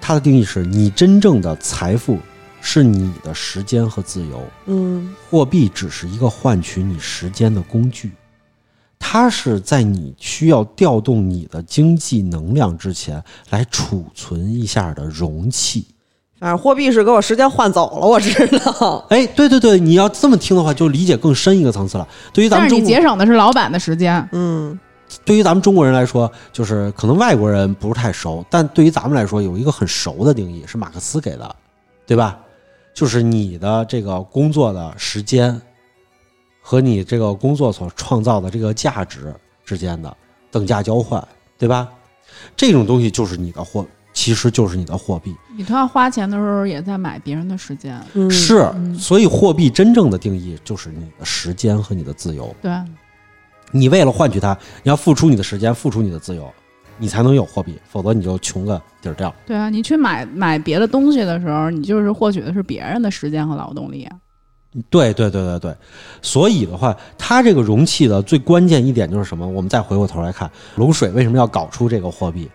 Speaker 3: 它的定义是你真正的财富是你的时间和自由，
Speaker 4: 嗯
Speaker 3: 货币只是一个换取你时间的工具，它是在你需要调动你的经济能量之前来储存一下的容器。
Speaker 4: 反正货币是给我时间换走了，我知 道。
Speaker 3: 哎，对对对，你要这么听的话，就理解更深一个层次了。对于咱
Speaker 2: 但
Speaker 3: 们
Speaker 2: 是
Speaker 3: 中
Speaker 2: 你
Speaker 3: 国
Speaker 2: 节省的是老板的时间，
Speaker 4: 嗯，
Speaker 3: 对于咱们中国人来说，就是可能外国人不是太熟，但对于咱们来说，有一个很熟的定义是马克思给的，对吧？就是你的这个工作的时间和你这个工作所创造的这个价值之间的等价交换，对吧？这种东西就是你的货，其实就是你的货币。
Speaker 2: 你同样花钱的时候也在买别人的时间，
Speaker 4: 嗯
Speaker 3: 是，
Speaker 2: 嗯
Speaker 3: 所以货币真正的定义就是你的时间和你的自由。
Speaker 2: 对，
Speaker 3: 你为了换取它，你要付出你的时间，付出你的自由，你才能有货币，否则你就穷个底儿掉。
Speaker 2: 对啊，你去买买别的东西的时候，你就是获取的是别人的时间和劳动力。啊
Speaker 3: 对对对对对，所以的话，它这个容器的最关键一点就是什么？我们再回过头来看，龙水为什么要搞出这个货币？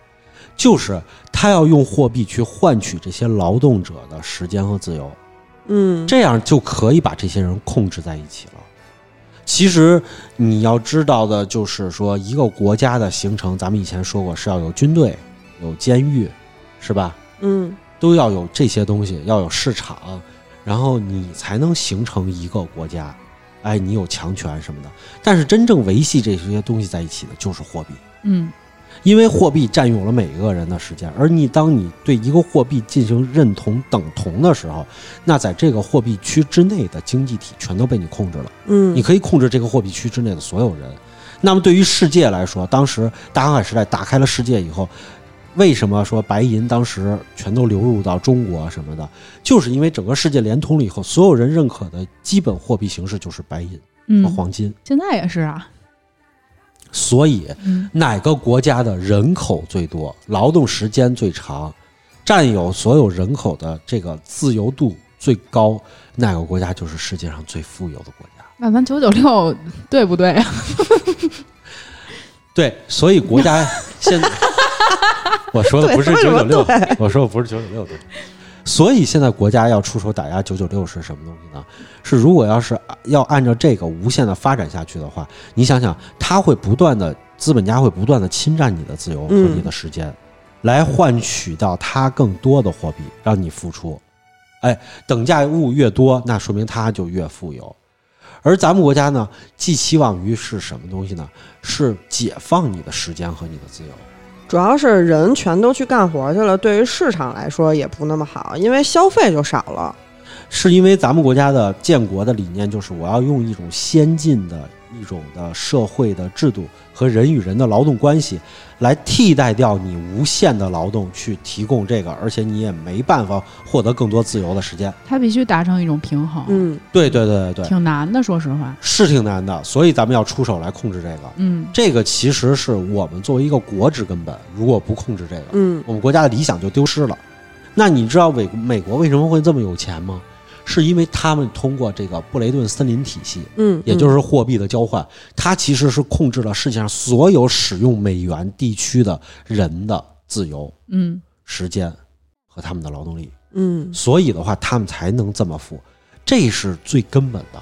Speaker 3: 就是它要用货币去换取这些劳动者的时间和自由，
Speaker 4: 嗯，
Speaker 3: 这样就可以把这些人控制在一起了。其实你要知道的就是说，一个国家的形成，咱们以前说过是要有军队、有监狱，是吧？
Speaker 4: 嗯
Speaker 3: 都要有这些东西，要有市场，然后你才能形成一个国家。哎，你有强权什么的，但是真正维系这些东西在一起的就是货币，
Speaker 2: 嗯，
Speaker 3: 因为货币占用了每个人的时间，而你当你对一个货币进行认同等同的时候，那在这个货币区之内的经济体全都被你控制了。
Speaker 4: 嗯，
Speaker 3: 你可以控制这个货币区之内的所有人。那么对于世界来说，当时大航海时代打开了世界以后，为什么说白银当时全都流入到中国什么的？就是因为整个世界联通了以后，所有人认可的基本货币形式就是白银和
Speaker 2: 嗯，
Speaker 3: 黄金。
Speaker 2: 现在也是啊，
Speaker 3: 所以
Speaker 2: 嗯，
Speaker 3: 哪个国家的人口最多，劳动时间最长，占有所有人口的这个自由度最高，那个国家就是世界上最富有的国家。
Speaker 2: 那咱九九 六对不对？啊
Speaker 3: 对，所以国 家现在，我说的不是
Speaker 4: 对
Speaker 3: 九
Speaker 4: 为
Speaker 3: 九
Speaker 4: 什
Speaker 3: 六
Speaker 4: 么，
Speaker 3: 我说的不是九九六对。所以现在国家要出手打压九九六是什么东西呢？是如果要是要按照这个无限的发展下去的话，你想想，他会不断的资本家会不断的侵占你的自由和
Speaker 4: 嗯
Speaker 3: 你的时间，来换取到他更多的货币，让你付出。哎，等价物越多，那说明他就越富有。而咱们国家呢，寄期望于是什么东西呢？是解放你的时间和你的自由。
Speaker 4: 主要是人全都去干活去了，对于市场来说也不那么好，因为消费就少了。
Speaker 3: 是因为咱们国家的建国的理念就是我要用一种先进的一种的社会的制度和人与人的劳动关系，来替代掉你无限的劳动去提供这个，而且你也没办法获得更多自由的时间。
Speaker 2: 它必须达成一种平衡，
Speaker 4: 嗯
Speaker 3: 对对对对对，
Speaker 2: 挺难的，说实话。
Speaker 3: 是挺难的，所以咱们要出手来控制这个。
Speaker 2: 嗯，
Speaker 3: 这个其实是我们作为一个国之根本，如果不控制这个，
Speaker 4: 嗯
Speaker 3: 我们国家的理想就丢失了。那你知道美美国为什么会这么有钱吗？是因为他们通过这个布雷顿森林体系，
Speaker 4: 嗯，
Speaker 3: 也就是货币的交换，它其实是控制了世界上所有使用美元地区的人的自由、
Speaker 2: 嗯，
Speaker 3: 时间和他们的劳动力，
Speaker 4: 嗯
Speaker 3: 所以的话，他们才能这么富，这是最根本的。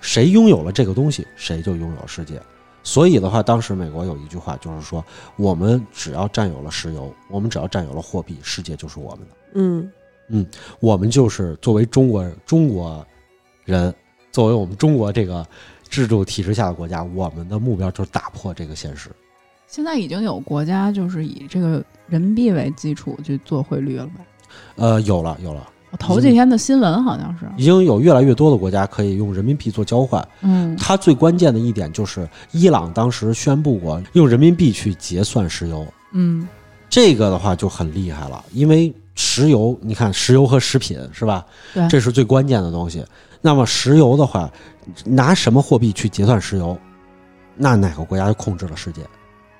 Speaker 3: 谁拥有了这个东西，谁就拥有世界。所以的话，当时美国有一句话，就是说，我们只要占有了石油，我们只要占有了货币，世界就是我们的。
Speaker 4: 嗯
Speaker 3: 我们就是作为中国中国人，作为我们中国这个制度体制下的国家，我们的目标就是打破这个现实。
Speaker 2: 现在已经有国家就是以这个人民币为基础去做汇率了吧？
Speaker 3: 呃，有了，有了，
Speaker 2: 我头几天的新闻好像是，
Speaker 3: 已经有越来越多的国家可以用人民币做交换。
Speaker 2: 嗯
Speaker 3: 它最关键的一点就是，伊朗当时宣布过用人民币去结算石油，
Speaker 2: 嗯，
Speaker 3: 这个的话就很厉害了，因为石油，你看石油和食品是吧？
Speaker 2: 对
Speaker 3: 这是最关键的东西。那么石油的话，拿什么货币去结算石油？那哪个国家就控制了世界？
Speaker 4: 嗯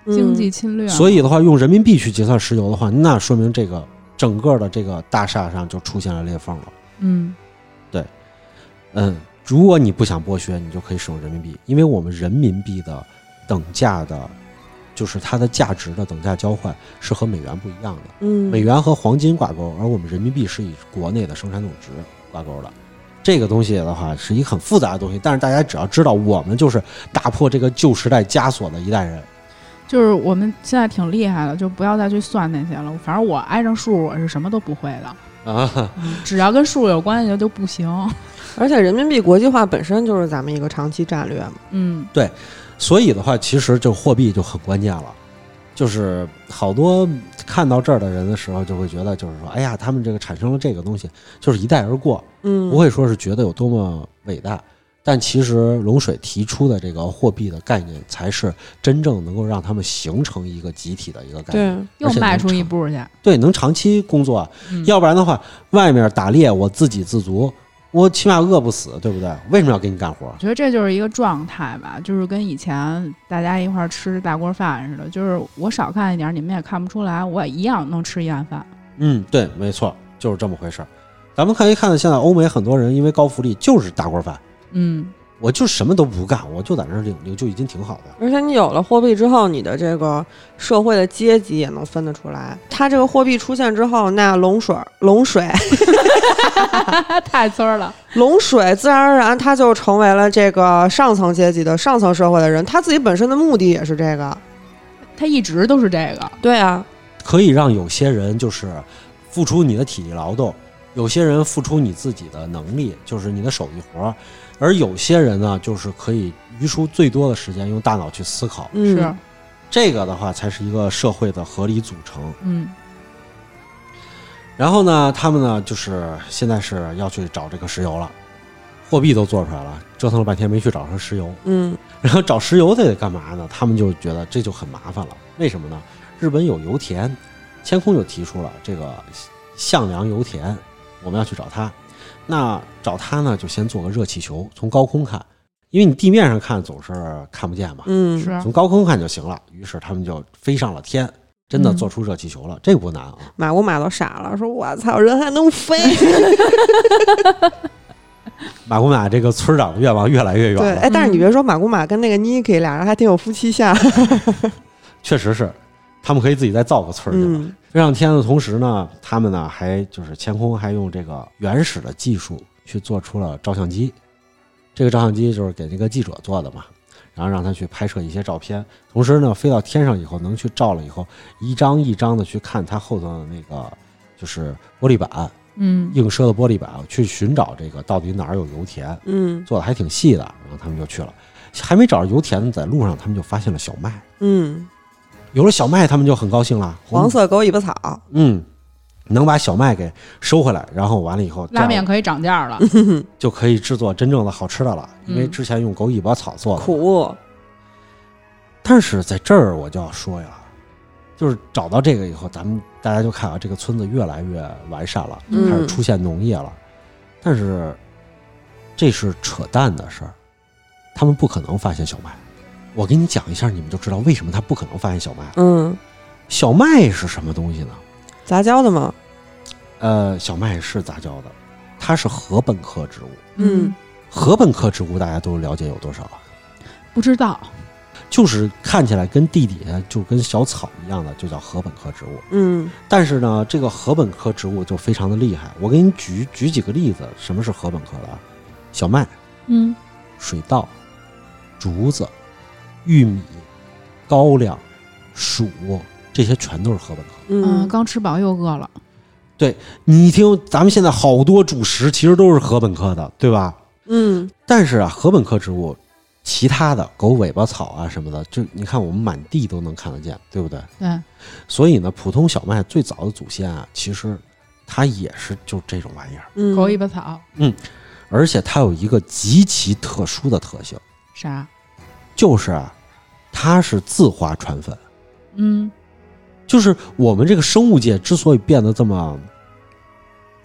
Speaker 2: 经济侵略，
Speaker 3: 所以的话，用人民币去结算石油的话，那说明这个整个的这个大厦上就出现了裂缝了。
Speaker 2: 嗯，
Speaker 3: 嗯，如果你不想剥削，你就可以使用人民币，因为我们人民币的等价的就是它的价值的等价交换是和美元不一样的。
Speaker 4: 嗯，
Speaker 3: 美元和黄金挂钩，而我们人民币是以国内的生产总值挂钩的。这个东西的话是一个很复杂的东西，但是大家只要知道，我们就是打破这个旧时代枷锁的一代人。
Speaker 2: 就是我们现在挺厉害的，就不要再去算那些了。反正我挨上数，我是什么都不会的，
Speaker 3: 啊，
Speaker 2: 只要跟数有关系的就不行。
Speaker 4: 而且人民币国际化本身就是咱们一个长期战略嘛。
Speaker 2: 嗯，
Speaker 3: 所以的话，其实这货币就很关键了。就是好多看到这儿的人的时候，就会觉得，就是说，哎呀，他们这个产生了这个东西，就是一带而过，
Speaker 4: 嗯，
Speaker 3: 不会说是觉得有多么伟大。但其实龙水提出的这个货币的概念，才是真正能够让他们形成一个集体的一个概念。
Speaker 4: 对，
Speaker 2: 又
Speaker 3: 而且
Speaker 2: 迈
Speaker 3: 能
Speaker 2: 出一
Speaker 3: 长
Speaker 2: 步去。
Speaker 3: 对，能长期工作啊，
Speaker 2: 嗯
Speaker 3: 要不然的话，外面打猎我自给自足，我起码饿不死，对不对？为什么要给你干活
Speaker 2: 我？觉得这就是一个状态吧，就是跟以前大家一块儿吃大锅饭似的，就是我少看一点儿，你们也看不出来，我也一样能吃一碗饭。
Speaker 3: 嗯，对，没错，就是这么回事儿。咱们可以看到，现在欧美很多人因为高福利就是大锅饭，
Speaker 2: 嗯，
Speaker 3: 我就什么都不干，我就在那儿领领就已经挺好的。
Speaker 4: 而且你有了货币之后，你的这个社会的阶级也能分得出来。它这个货币出现之后，那龙水儿、 龙水、
Speaker 2: 太村儿了。
Speaker 4: 龙水，自然而然它就成为了这个上层阶级的上层社会的人。他自己本身的目的也是这个。
Speaker 2: 他一直都是这个，
Speaker 4: 对啊，
Speaker 3: 可以让有些人就是付出你的体力劳动，有些人付出你自己的能力，就是你的手艺活儿，而有些人呢，就是可以余出最多的时间用大脑去思考。
Speaker 4: 嗯，
Speaker 2: 是，
Speaker 3: 这个的话才是一个社会的合理组成。
Speaker 2: 嗯，
Speaker 3: 然后呢，他们呢就是现在是要去找这个石油了，货币都做出来了，折腾了半天没去找上石油。
Speaker 4: 嗯，
Speaker 3: 然后找石油得干嘛呢？他们就觉得这就很麻烦了。为什么呢？日本有油田，千空就提出了这个向阳油田，我们要去找它。那找它呢，就先做个热气球，从高空看，因为你地面上看总是看不见嘛。
Speaker 4: 嗯，
Speaker 2: 是，
Speaker 3: 从高空看就行了。于是他们就飞上了天，真的
Speaker 2: 嗯
Speaker 3: 做出热气球了，这个不难啊。
Speaker 4: 买我买都傻了，说我操，人还能飞？
Speaker 3: 马古马这个村长的愿望越来越远
Speaker 4: 对，
Speaker 3: 了，
Speaker 4: 哎，但是你别说，马古玛跟那个 Niki 俩人还挺有夫妻相。
Speaker 3: 确实是，他们可以自己再造个村儿去了。
Speaker 4: 嗯
Speaker 3: 飞上天的同时呢，他们呢还就是天空还用这个原始的技术去做出了照相机，这个照相机就是给这个记者做的嘛，然后让他去拍摄一些照片。同时呢，飞到天上以后能去照了以后，一张一张的去看它后头的那个就是玻璃板，
Speaker 2: 嗯，
Speaker 3: 映射的玻璃板去寻找这个到底哪儿有油田，
Speaker 4: 嗯
Speaker 3: 做的还挺细的。然后他们就去了，还没找着油田，在路上他们就发现了小麦。
Speaker 4: 嗯，
Speaker 3: 有了小麦，他们就很高兴了。
Speaker 4: 黄，色狗尾巴草，
Speaker 3: 嗯，能把小麦给收回来，然后完了以后，这
Speaker 2: 拉
Speaker 3: 样
Speaker 2: 面可以涨价
Speaker 4: 嗯
Speaker 2: 了。
Speaker 3: 就可以制作真正的好吃的了。因为
Speaker 2: 嗯
Speaker 3: 之前用狗尾巴草做的，
Speaker 4: 苦，
Speaker 3: 但是在这儿我就要说呀，就是找到这个以后，咱们大家就看啊，这个村子越来越完善了，
Speaker 4: 嗯
Speaker 3: 开始出现农业了。但是这是扯淡的事儿，他们不可能发现小麦。我给你讲一下，你们就知道为什么他不可能发现小麦了。
Speaker 4: 嗯，
Speaker 3: 小麦是什么东西呢？
Speaker 4: 杂交的嘛，
Speaker 3: 呃，小麦是杂交的，它是禾本科植物。
Speaker 4: 嗯
Speaker 2: 嗯，
Speaker 3: 禾本科植物大家都了解有多少啊？
Speaker 2: 不知道，
Speaker 3: 就是看起来跟地底下就跟小草一样的，就叫禾本科植物。
Speaker 4: 嗯
Speaker 3: 但是呢，这个禾本科植物就非常的厉害。我给你举举几个例子，什么是禾本科的啊？小麦、
Speaker 2: 嗯，
Speaker 3: 水稻、竹子、玉米、高粱、黍，这些全都是禾本科。
Speaker 2: 嗯，
Speaker 4: 嗯，
Speaker 2: 刚吃饱又饿了。
Speaker 3: 你一听，咱们现在好多主食其实都是禾本科的，对吧？
Speaker 4: 嗯，
Speaker 3: 但是啊，禾本科植物，其他的狗尾巴草啊什么的，就你看我们满地都能看得见，对不对？
Speaker 2: 对，
Speaker 3: 所以呢，普通小麦最早的祖先啊，其实它也是就这种玩意儿。
Speaker 4: 嗯
Speaker 2: 狗尾巴草
Speaker 3: 而且它有一个极其特殊的特性，
Speaker 2: 啥？
Speaker 3: 就是啊，它是自花传粉。
Speaker 2: 嗯
Speaker 3: 就是我们这个生物界之所以变得这么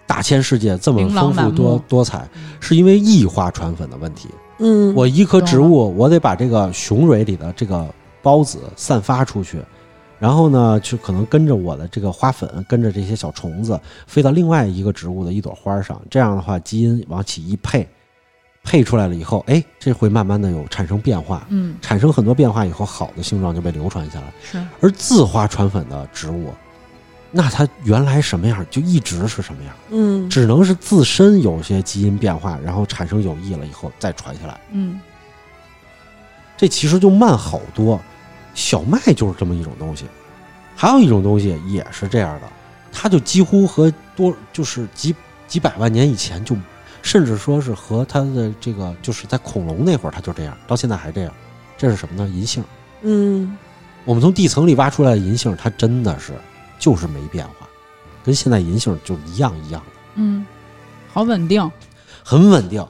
Speaker 3: 大千世界、这么
Speaker 2: 琳
Speaker 3: 丰
Speaker 2: 琅满
Speaker 3: 富
Speaker 2: 目嗯
Speaker 3: 多多彩，是因为异化传粉的问题。
Speaker 4: 嗯，
Speaker 3: 我一棵植
Speaker 2: 懂
Speaker 3: 物，我得把这个雄蕊里的这个孢子散发出去，然后呢，就可能跟着我的这个花粉，跟着这些小虫子飞到另外一个植物的一朵花上，这样的话，基因往起一配，配出来了以后，哎，这会慢慢的有产生变化，
Speaker 2: 嗯，
Speaker 3: 产生很多变化以后，好的性状就被流传下来。
Speaker 2: 是
Speaker 3: 而自花传粉的植物，那它原来什么样就一直是什么样，
Speaker 4: 嗯，
Speaker 3: 只能是自身有些基因变化，然后产生有益了以后再传下来。
Speaker 2: 嗯
Speaker 3: 这其实就慢好多。小麦就是这么一种东西，还有一种东西也是这样的，它就几乎和多就是几几百万年以前就，甚至说是和它的这个就是在恐龙那会儿它就这样，到现在还这样。这是什么呢？银杏。
Speaker 4: 嗯，
Speaker 3: 我们从地层里挖出来的银杏，它真的是就是没变化，跟现在银杏就一样一样的，
Speaker 2: 嗯，好稳定，
Speaker 3: 很稳定。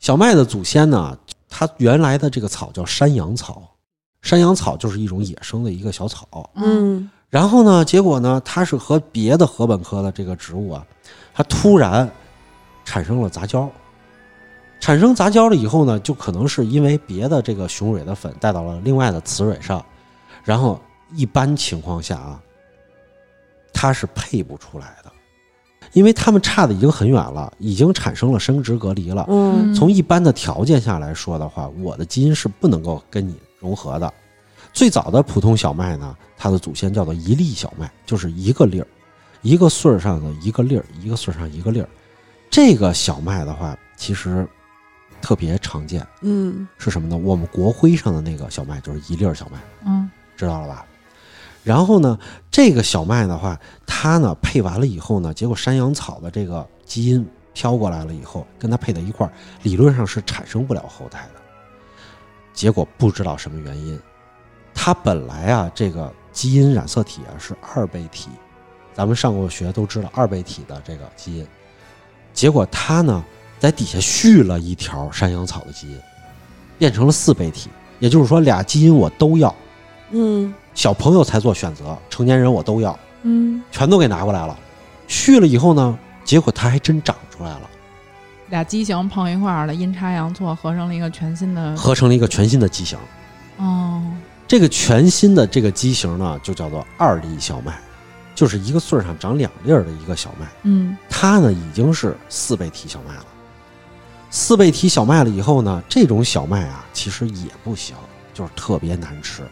Speaker 3: 小麦的祖先呢，它原来的这个草叫山羊草，山羊草就是一种野生的一个小草。
Speaker 4: 嗯，
Speaker 3: 然后呢，结果呢，它是和别的禾本科的这个植物啊，它突然产生了杂交。产生杂交了以后呢，就可能是因为别的这个雄蕊的粉带到了另外的雌蕊上，然后一般情况下啊，它是配不出来的，因为它们差的已经很远了，已经产生了生殖隔离了。
Speaker 4: 嗯，
Speaker 2: 嗯
Speaker 3: 从一般的条件下来说的话，我的基因是不能够跟你融合的。最早的普通小麦呢，它的祖先叫做一粒小麦，就是一个粒儿，一个穗儿上的一个粒儿，一个穗儿上一个粒儿。这个小麦的话，其实特别常见，
Speaker 4: 嗯，
Speaker 3: 是什么呢？我们国徽上的那个小麦就是一粒儿小麦，
Speaker 2: 嗯
Speaker 3: 知道了吧？然后呢，这个小麦的话，它呢配完了以后呢，结果山羊草的这个基因飘过来了以后，跟它配在一块儿，理论上是产生不了后代的。结果不知道什么原因，它本来啊这个基因染色体啊是二倍体，咱们上过学都知道二倍体的这个基因，结果它呢在底下续了一条山羊草的基因，变成了四倍体，也就是说俩基因我都要。
Speaker 4: 嗯，
Speaker 3: 小朋友才做选择，成年人我都要，
Speaker 2: 嗯，
Speaker 3: 全都给拿过来了。续了以后呢，结果它还真长出来了，
Speaker 2: 俩畸形碰一块儿了，阴差阳错合成了一个全新的
Speaker 3: 合成了一个全新的畸形。
Speaker 2: 哦，
Speaker 3: 这个全新的这个畸形呢，就叫做二粒小麦，就是一个穗儿上长两粒儿的一个小麦。
Speaker 2: 嗯
Speaker 3: 它呢已经是四倍体小麦了。四倍体小麦了以后呢，这种小麦啊其实也不行，就是特别难吃。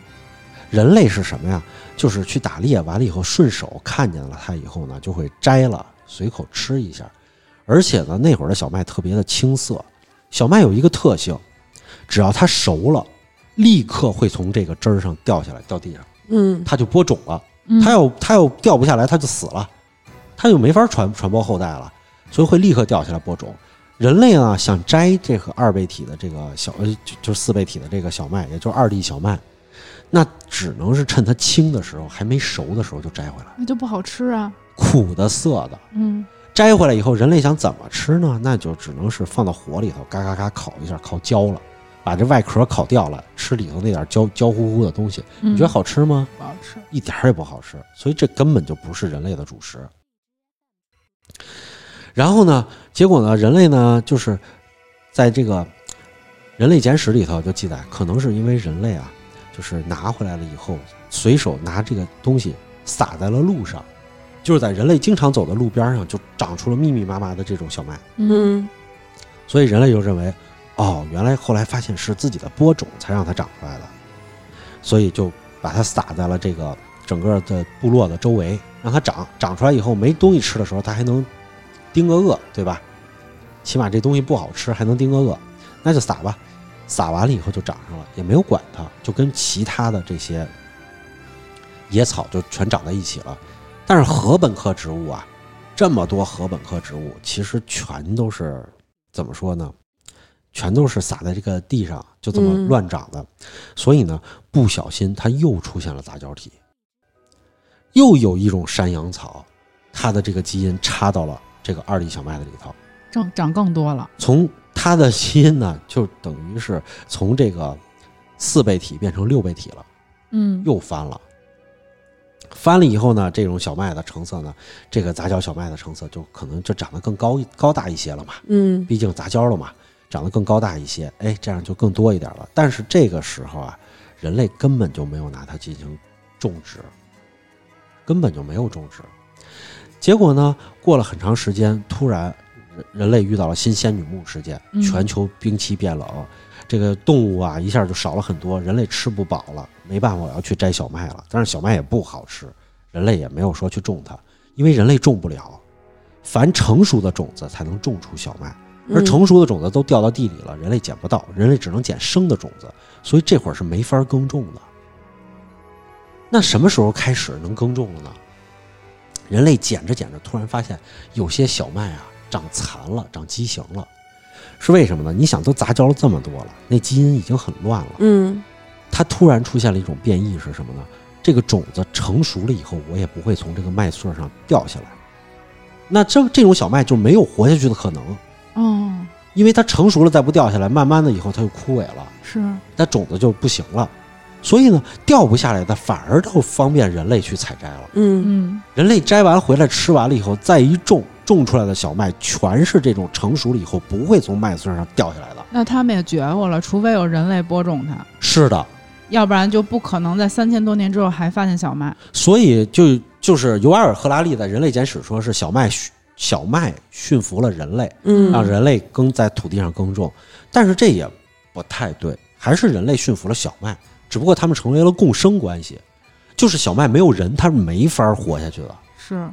Speaker 3: 人类是什么呀？就是去打猎完了以后，顺手看见了它以后呢，就会摘了随口吃一下。而且呢，那会儿的小麦特别的青涩。小麦有一个特性，只要它熟了，立刻会从这个枝儿上掉下来，掉地上，
Speaker 4: 嗯，
Speaker 3: 它就播种了。
Speaker 2: 嗯，
Speaker 3: 它要它要掉不下来，它就死了，它就没法传传播后代了，所以会立刻掉下来播种。人类呢，想摘这个二倍体的这个小，呃，就就是四倍体的这个小麦，也就是二粒小麦，那只能是趁它青的时候，还没熟的时候就摘回来，
Speaker 2: 那就不好吃啊，
Speaker 3: 苦的涩的。
Speaker 2: 嗯
Speaker 3: 摘回来以后，人类想怎么吃呢？那就只能是放到火里头，嘎嘎嘎烤一下，烤焦了，把这外壳烤掉了，吃里头那点焦焦乎乎的东西。
Speaker 2: 嗯，
Speaker 3: 你觉得好吃吗？
Speaker 2: 不好吃？
Speaker 3: 一点儿也不好吃，所以这根本就不是人类的主食。然后呢，结果呢，人类呢，就是在这个《人类简史》里头就记载，可能是因为人类啊，就是拿回来了以后，随手拿这个东西撒在了路上，就是在人类经常走的路边上，就长出了密密麻麻的这种小麦。
Speaker 4: 嗯，
Speaker 3: 所以人类就认为，哦，原来后来发现是自己的播种才让它长出来的，所以就把它撒在了这个整个的部落的周围，让它长。长出来以后没东西吃的时候，它还能盯个饿，对吧？起码这东西不好吃还能盯个饿，那就撒吧。撒完了以后就长上了，也没有管它，就跟其他的这些野草就全长在一起了。但是禾本科植物啊，这么多禾本科植物，其实全都是怎么说呢？全都是撒在这个地上，就这么
Speaker 4: 嗯
Speaker 3: 乱长的。所以呢，不小心它又出现了杂交体，又有一种山羊草，它的这个基因插到了这个二粒小麦的里头。
Speaker 2: 长长更多了，
Speaker 3: 从它的基因呢，就等于是从这个四倍体变成六倍体了，
Speaker 2: 嗯
Speaker 3: 又翻了。翻了以后呢，这种小麦的成色呢，这个杂交小麦的成色就可能就长得更高高大一些了嘛。
Speaker 4: 嗯，
Speaker 3: 毕竟杂交了嘛，长得更高大一些，哎，这样就更多一点了。但是这个时候啊，人类根本就没有拿它进行种植，根本就没有种植。结果呢，过了很长时间，突然人人类遇到了新仙女木事件，
Speaker 2: 嗯
Speaker 3: 全球冰期变冷，这个动物啊一下就少了很多，人类吃不饱了，没办法，我要去摘小麦了。但是小麦也不好吃，人类也没有说去种它，因为人类种不了，凡成熟的种子才能种出小麦。而
Speaker 4: 嗯
Speaker 3: 成熟的种子都掉到地里了，人类捡不到，人类只能捡生的种子，所以这会儿是没法耕种的。那什么时候开始能耕种了呢？人类捡着捡着，突然发现有些小麦啊长残了，长畸形了，是为什么呢？你想，都杂交了这么多了，那基因已经很乱了。
Speaker 4: 嗯
Speaker 3: 它突然出现了一种变异是什么呢？这个种子成熟了以后，我也不会从这个麦穗上掉下来。那这这种小麦就没有活下去的可能。
Speaker 2: 哦，
Speaker 3: 因为它成熟了再不掉下来，慢慢的以后它就枯萎了，
Speaker 2: 是，
Speaker 3: 它种子就不行了。所以呢，掉不下来的反而倒方便人类去采摘了。
Speaker 4: 嗯
Speaker 2: 嗯
Speaker 3: 人类摘完回来吃完了以后，再一种，种出来的小麦全是这种成熟了以后不会从麦穗上掉下来的。
Speaker 2: 那他们也觉悟了，除非有人类播种它，
Speaker 3: 是的，
Speaker 2: 要不然就不可能在三千多年之后还发现小麦。
Speaker 3: 所以就就是尤瓦尔·赫拉利在《人类简史》说是小麦驯小麦驯服了人类，
Speaker 4: 嗯
Speaker 3: 让人类耕在土地上耕种，但是这也不太对，还是人类驯服了小麦，只不过他们成为了共生关系，就是小麦没有人，它是没法活下去的，
Speaker 2: 是，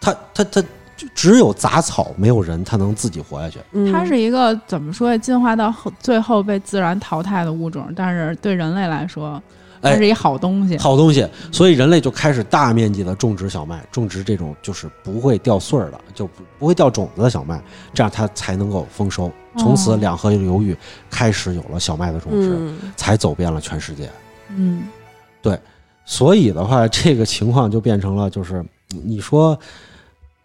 Speaker 3: 它它它就只有杂草没有人，它能自己活下去。哎
Speaker 4: 嗯
Speaker 2: 它是一个怎么说呀？进化到后最后被自然淘汰的物种，但是对人类来说，它
Speaker 3: 哎
Speaker 2: 是一好东西。
Speaker 3: 好东西，所以人类就开始大面积的种植小麦，种植这种就是不会掉穗儿的，就不不会掉种子的小麦，这样它才能够丰收。从此，
Speaker 2: 哦
Speaker 3: 两河流域开始有了小麦的种植，
Speaker 4: 嗯
Speaker 3: 才走遍了全世界。
Speaker 2: 嗯
Speaker 3: 所以的话，这个情况就变成了，就是你你说，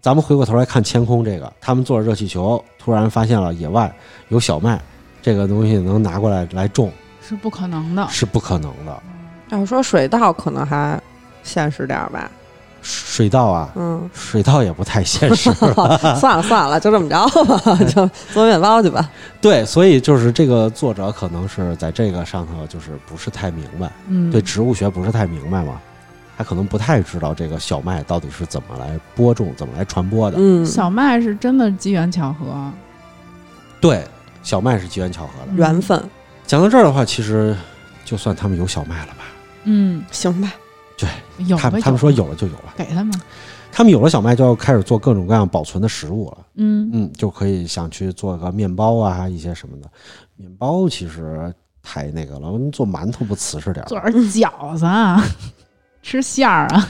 Speaker 3: 咱们回过头来看天空这个，他们坐着热气球，突然发现了野外有小麦这个东西能拿过来来种
Speaker 2: 是不可能的。
Speaker 3: 是不可能的。
Speaker 4: 要说水稻可能还现实点儿吧，
Speaker 3: 水稻啊，
Speaker 4: 嗯，
Speaker 3: 水稻也不太现实。
Speaker 4: 算了算了，就这么着 吧，就做面包去吧。
Speaker 3: 对，所以就是这个作者可能是在这个上头就是不是太明白，
Speaker 2: 嗯，
Speaker 3: 对植物学不是太明白嘛，他可能不太知道这个小麦到底是怎么来播种、怎么来传播的。
Speaker 4: 嗯，
Speaker 2: 小麦是真的机缘巧合。
Speaker 3: 对，小麦是机缘巧合的。
Speaker 4: 嗯缘分，
Speaker 3: 讲到这儿的话，其实就算他们有小麦了吧，
Speaker 2: 嗯，
Speaker 4: 行吧。
Speaker 2: 有
Speaker 3: 他
Speaker 2: 吧
Speaker 3: 们他们说
Speaker 2: 有吧，
Speaker 3: 有了就有了，
Speaker 2: 给他们。
Speaker 3: 他们有了小麦就要开始做各种各样保存的食物了，
Speaker 2: 嗯
Speaker 3: 嗯，就可以想去做个面包啊，一些什么的。面包其实太那个了，我们做馒头不瓷实点儿
Speaker 2: 做
Speaker 3: 吗？
Speaker 2: 点饺子啊， 吃馅儿啊。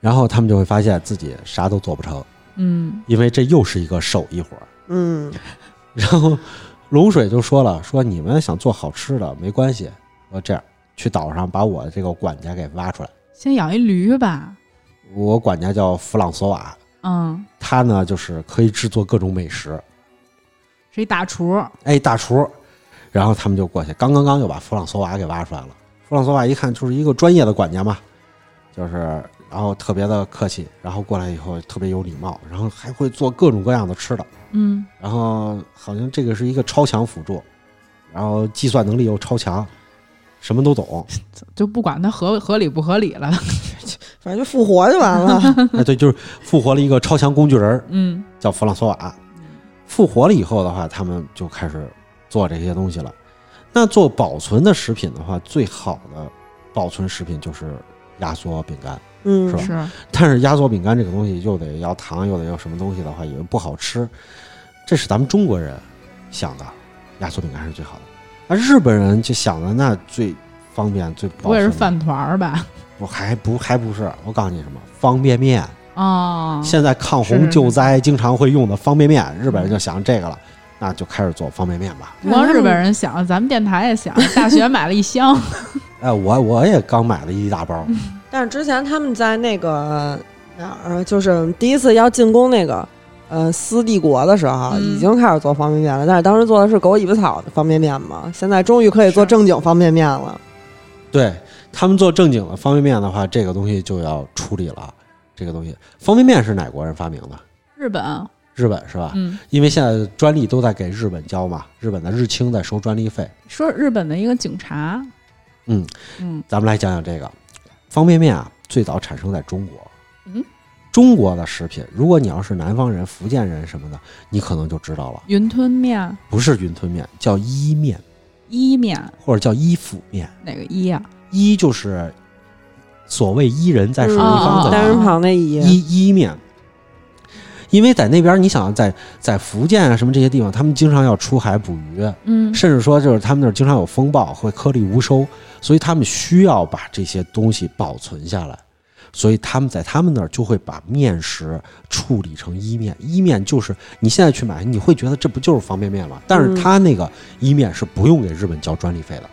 Speaker 3: 然后他们就会发现自己啥都做不成，
Speaker 2: 嗯
Speaker 3: 因为这又是一个手艺活儿。
Speaker 4: 嗯，
Speaker 3: 然后龙水就说了，说你们想做好吃的没关系，说这样去岛上把我这个管家给挖出来，
Speaker 2: 先养一驴吧。
Speaker 3: 我管家叫弗朗索瓦。
Speaker 2: 嗯，
Speaker 3: 他呢就是可以制作各种美食，
Speaker 2: 是一大厨。
Speaker 3: 哎，大厨，然后他们就过去，刚刚刚就把弗朗索瓦给挖出来了。弗朗索瓦一看就是一个专业的管家嘛，就是然后特别的客气，然后过来以后特别有礼貌，然后还会做各种各样的吃的，
Speaker 2: 嗯，
Speaker 3: 然后好像这个是一个超强辅助，然后计算能力又超强，什么都懂，
Speaker 2: 就不管它合合理不合理了。
Speaker 4: 反正就复活就 完了。
Speaker 3: 哎，对，就是复活了一个超强工具人儿，
Speaker 2: 嗯
Speaker 3: 叫弗朗索瓦。复活了以后的话，他们就开始做这些东西了。那做保存的食品的话，最好的保存食品就是压缩饼干。
Speaker 4: 嗯，
Speaker 3: 是吧
Speaker 2: 是，
Speaker 3: 但是压缩饼干这个东西又得要糖，又得要什么东西的话，也不好吃。这是咱们中国人想的，压缩饼干是最好的。那日本人就想的那最方便、最
Speaker 2: 不
Speaker 3: 保
Speaker 2: 会是
Speaker 3: 存。
Speaker 2: 饭团儿吧？
Speaker 3: 不还不还不是？我告诉你什么，方便面。
Speaker 2: 哦，
Speaker 3: 现在抗
Speaker 2: 是
Speaker 3: 洪
Speaker 2: 是
Speaker 3: 救灾经常会用的方便面，日本人就想这个
Speaker 2: 嗯
Speaker 3: 了，那就开始做方便面吧。
Speaker 2: 不光日本人想，咱们电台也想。大学买了一箱，
Speaker 3: 哎，我我也刚买了一大包，
Speaker 2: 嗯
Speaker 4: 但是之前他们在那个哪儿啊，就是第一次要进攻那个呃斯帝国的时候，
Speaker 2: 嗯
Speaker 4: 已经开始做方便面了。但是当时做的是狗尾巴草的方便面嘛，现在终于可以做
Speaker 2: 是
Speaker 4: 正经方便面了。
Speaker 3: 对他们做正经的方便面的话，这个东西就要处理了。这个东西，方便面是哪国人发明的？
Speaker 2: 日本，
Speaker 3: 日本是吧？
Speaker 2: 嗯，
Speaker 3: 因为现在专利都在给日本交嘛，日本的日清在收专利费。
Speaker 2: 说日本的一个警察，
Speaker 3: 嗯
Speaker 2: 嗯
Speaker 3: 咱们来讲讲这个方便面啊，最早产生在中国。
Speaker 2: 嗯，
Speaker 3: 中国的食品，如果你要是南方人、福建人什么的，你可能就知道了，
Speaker 2: 云吞面、
Speaker 3: 不是云吞面，叫伊面
Speaker 2: 伊面，
Speaker 3: 或者叫伊府面。
Speaker 2: 哪个伊啊？
Speaker 3: 伊就是所谓伊人，在
Speaker 4: 嗯
Speaker 3: 水一
Speaker 2: 哦
Speaker 3: 方
Speaker 2: 哦
Speaker 3: 的
Speaker 4: 单人旁那一页，
Speaker 3: 伊伊面，因为在那边，你想在在福建啊什么这些地方，他们经常要出海捕鱼，
Speaker 2: 嗯
Speaker 3: 甚至说就是他们那儿经常有风暴，会颗粒无收，所以他们需要把这些东西保存下来，所以他们在他们那儿就会把面食处理成伊面。伊面就是你现在去买，你会觉得这不就是方便面吗？但是
Speaker 4: 嗯
Speaker 3: 它那个伊面是不用给日本交专利费的，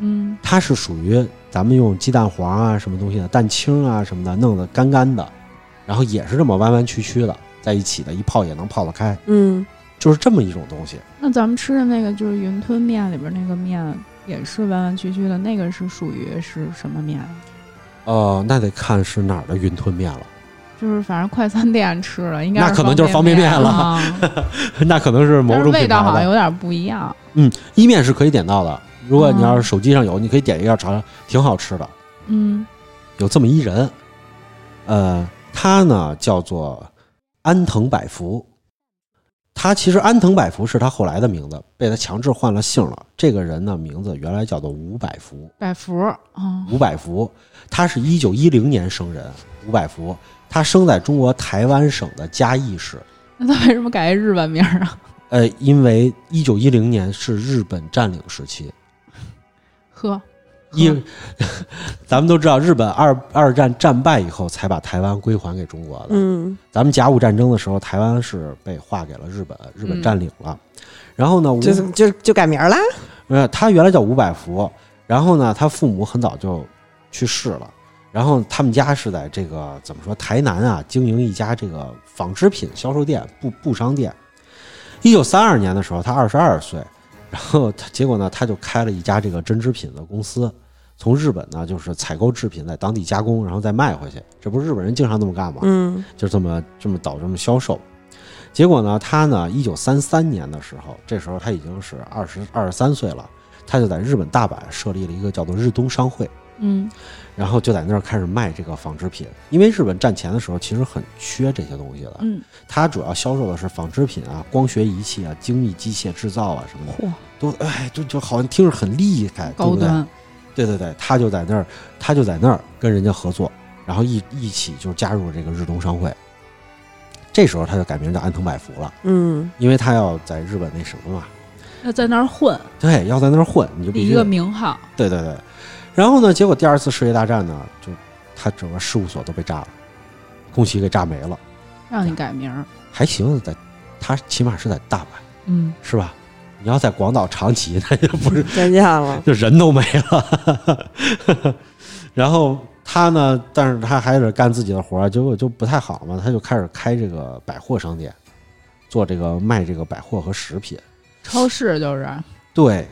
Speaker 2: 嗯
Speaker 3: 它是属于咱们用鸡蛋黄啊什么东西的蛋清啊什么的弄得干干的，然后也是这么弯弯曲曲的在一起的，一泡也能泡得开，
Speaker 4: 嗯，
Speaker 3: 就是这么一种东西。
Speaker 2: 那咱们吃的那个就是云吞面里边那个面，也是弯弯曲曲的，那个是属于是什么面啊？
Speaker 3: 呃，那得看是哪儿的云吞 面了。
Speaker 2: 就是反正快餐店吃了，应该
Speaker 3: 那可能就是方便面了
Speaker 2: 啊
Speaker 3: 那可能是某
Speaker 2: 但是
Speaker 3: 种品
Speaker 2: 味道好
Speaker 3: 牌
Speaker 2: 像
Speaker 3: 的。
Speaker 2: 有点不一样。
Speaker 3: 嗯，伊面是可以点到的。如果你要
Speaker 2: 哦
Speaker 3: 是手机上有，你可以点一下尝尝，挺好吃的。
Speaker 2: 嗯
Speaker 3: 有这么一人，呃，他呢叫做安藤百福。他其实安藤百福是他后来的名字，被他强制换了姓了。这个人呢，名字原来叫做吴百福。
Speaker 2: 百福啊，哦
Speaker 3: 吴百福，他是一九一零年生人。吴百福，他生在中国台湾省的嘉义市。
Speaker 2: 那他为什么改日本名儿啊？
Speaker 3: 呃，因为一九一零年是日本占领时期，
Speaker 2: 呵，
Speaker 3: 一， 咱们都知道，日本二二战战败以后才把台湾归还给中国的。
Speaker 4: 嗯
Speaker 3: 咱们甲午战争的时候，台湾是被划给了日本，日本
Speaker 2: 嗯
Speaker 3: 占领了。然后呢，吴
Speaker 4: 就是就就改名儿啦。
Speaker 3: 呃，他原来叫吴百福，然后呢，他父母很早就去世了。然后他们家是在这个怎么说台南啊，经营一家这个纺织品销售店布布商店。一九三二年的时候，他二十二岁，然后他结果呢，他就开了一家这个针织品的公司，从日本呢就是采购制品，在当地加工，然后再卖回去。这不是日本人经常这么干吗？
Speaker 4: 嗯
Speaker 3: 就这么这么倒这么销售。结果呢，他呢，一九三三年的时候，这时候他已经是二十二十三岁了，他就在日本大阪设立了一个叫做日东商会，
Speaker 2: 嗯
Speaker 3: 然后就在那儿开始卖这个纺织品。因为日本战前的时候其实很缺这些东西的，
Speaker 2: 嗯，
Speaker 3: 他主要销售的是纺织品啊、光学仪器啊、精密机械制造啊什么的，
Speaker 2: 嚯，
Speaker 3: 都哎，就就好像听着很厉害，对
Speaker 2: 高
Speaker 3: 不对？
Speaker 2: 端，
Speaker 3: 对对对，他就在那儿，他就在那儿跟人家合作，然后一一起就加入这个日东商会。这时候他就改名叫安藤百福了，
Speaker 4: 嗯
Speaker 3: 因为他要在日本那什么嘛，
Speaker 2: 要在那儿混，
Speaker 3: 对，要在那儿混，你就必
Speaker 2: 立
Speaker 3: 须
Speaker 2: 一个
Speaker 3: 得
Speaker 2: 名号。
Speaker 3: 对对对。然后呢，结果第二次世界大战呢，就他整个事务所都被炸了，空袭给炸没了。
Speaker 2: 让你改名儿，
Speaker 3: 还行，在他起码是在大阪，
Speaker 2: 嗯，
Speaker 3: 是吧？你要在广岛、长崎，那就不是
Speaker 4: 嗯再见了。
Speaker 3: 就人都没了。然后他呢，但是他还得干自己的活儿，结果就不太好嘛，他就开始开这个百货商店，做这个卖这个百货和食品。
Speaker 2: 超市就是，
Speaker 3: 对，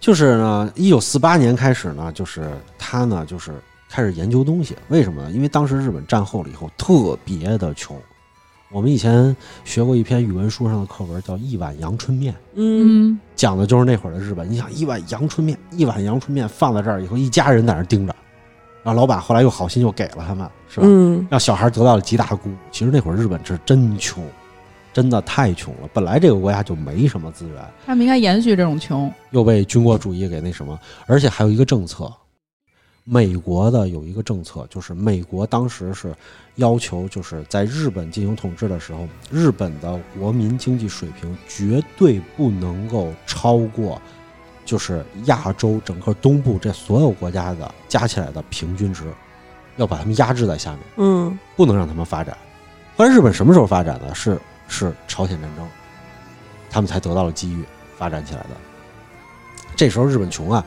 Speaker 3: 就是呢，一九四八年开始呢，就是他呢，就是开始研究东西。为什么呢？因为当时日本战后了以后特别的穷。我们以前学过一篇语文书上的课文，叫《一碗阳春面》。
Speaker 4: 嗯
Speaker 2: 嗯，
Speaker 3: 讲的就是那会儿的日本。你想一碗阳春面，一碗阳春面放在这儿以后，一家人在那儿盯着，然后老板后来又好心又给了他们，是吧？
Speaker 4: 嗯
Speaker 3: 让小孩得到了极大的鼓舞。其实那会儿日本是真穷，真的太穷了。本来这个国家就没什么资源，
Speaker 2: 他们应该延续这种穷，
Speaker 3: 又被军国主义给那什么，而且还有一个政策，美国的有一个政策，就是美国当时是要求，就是在日本进行统治的时候，日本的国民经济水平绝对不能够超过，就是亚洲整个东部这所有国家的加起来的平均值，要把他们压制在下面，
Speaker 4: 嗯
Speaker 3: 不能让他们发展。后来日本什么时候发展呢？是是朝鲜战争，他们才得到了机遇发展起来的。这时候日本穷啊，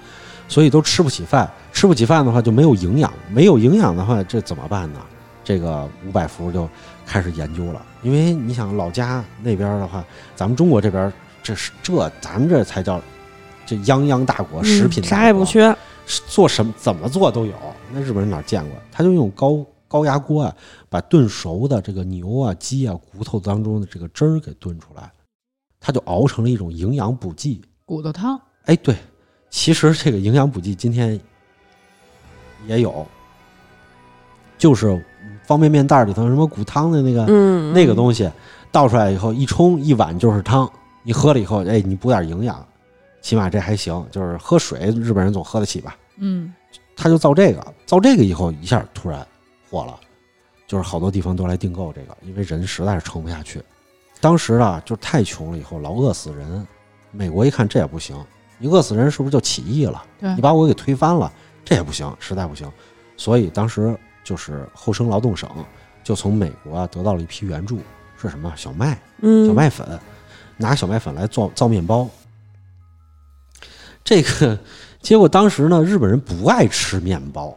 Speaker 3: 所以都吃不起饭，吃不起饭的话就没有营养，没有营养的话这怎么办呢？这个吴百福就开始研究了，因为你想老家那边的话，咱们中国这边这是这咱们这才叫这泱泱大国，食品
Speaker 4: 嗯
Speaker 3: 大国
Speaker 4: 啥也不缺。
Speaker 3: 做什么怎么做都有。那日本人哪见过？他就用高高压锅啊，把炖熟的这个牛啊、鸡啊骨头当中的这个汁儿给炖出来，他就熬成了一种营养补剂。
Speaker 2: 骨头汤，
Speaker 3: 哎，对，其实这个营养补剂今天也有，就是方便面袋儿里头什么骨汤的那个、
Speaker 4: 嗯，
Speaker 3: 那个东西，倒出来以后一冲一碗就是汤，你喝了以后，哎，你补点营养，起码这还行。就是喝水，日本人总喝得起吧？
Speaker 2: 嗯，
Speaker 3: 他就造这个，造这个以后一下突然火了，就是好多地方都来订购这个，因为人实在是撑不下去。当时啊，就是太穷了，以后老饿死人。美国一看这也不行，你饿死人是不是就起义了？
Speaker 2: 对
Speaker 3: 你把我给推翻了，这也不行，实在不行。所以当时就是厚生劳动省就从美国啊得到了一批援助，是什么小麦，
Speaker 4: 嗯
Speaker 3: 小麦粉，拿小麦粉来造造面包。这个结果当时呢，日本人不爱吃面包。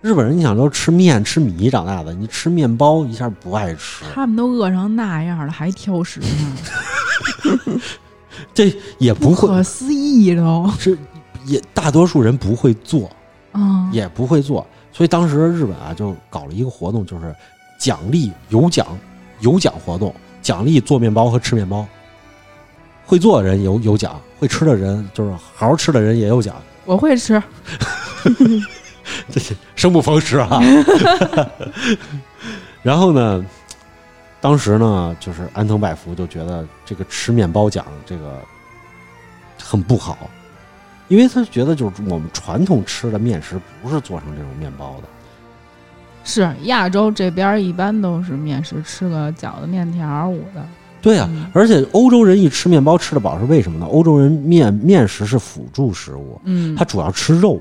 Speaker 3: 日本人，你想都吃面吃米长大的，你吃面包一下不爱吃，
Speaker 2: 他们都饿成那样了，还挑食呢，
Speaker 3: 这也不
Speaker 2: 不
Speaker 3: 会
Speaker 2: 可思议都。
Speaker 3: 是也大多数人不会做，
Speaker 2: 嗯，
Speaker 3: 也不会做。所以当时日本啊，就搞了一个活动，就是奖励有奖有奖活动，奖励做面包和吃面包。会做的人有有奖，会吃的人就是好好吃的人也有奖，
Speaker 2: 我会吃，
Speaker 3: 这是生不逢时啊。 然后呢，当时呢，就是安藤百福就觉得这个吃面包奖这个很不好，因为他觉得就是我们传统吃的面食不是做成这种面包的。
Speaker 2: 是亚洲这边儿一般都是面食，吃个饺子、面条儿捂的。
Speaker 3: 对呀、
Speaker 2: 嗯
Speaker 3: 而且欧洲人一吃面包吃得饱是为什么呢？欧洲人面面食是辅助食物，
Speaker 2: 嗯，
Speaker 3: 他主要吃肉，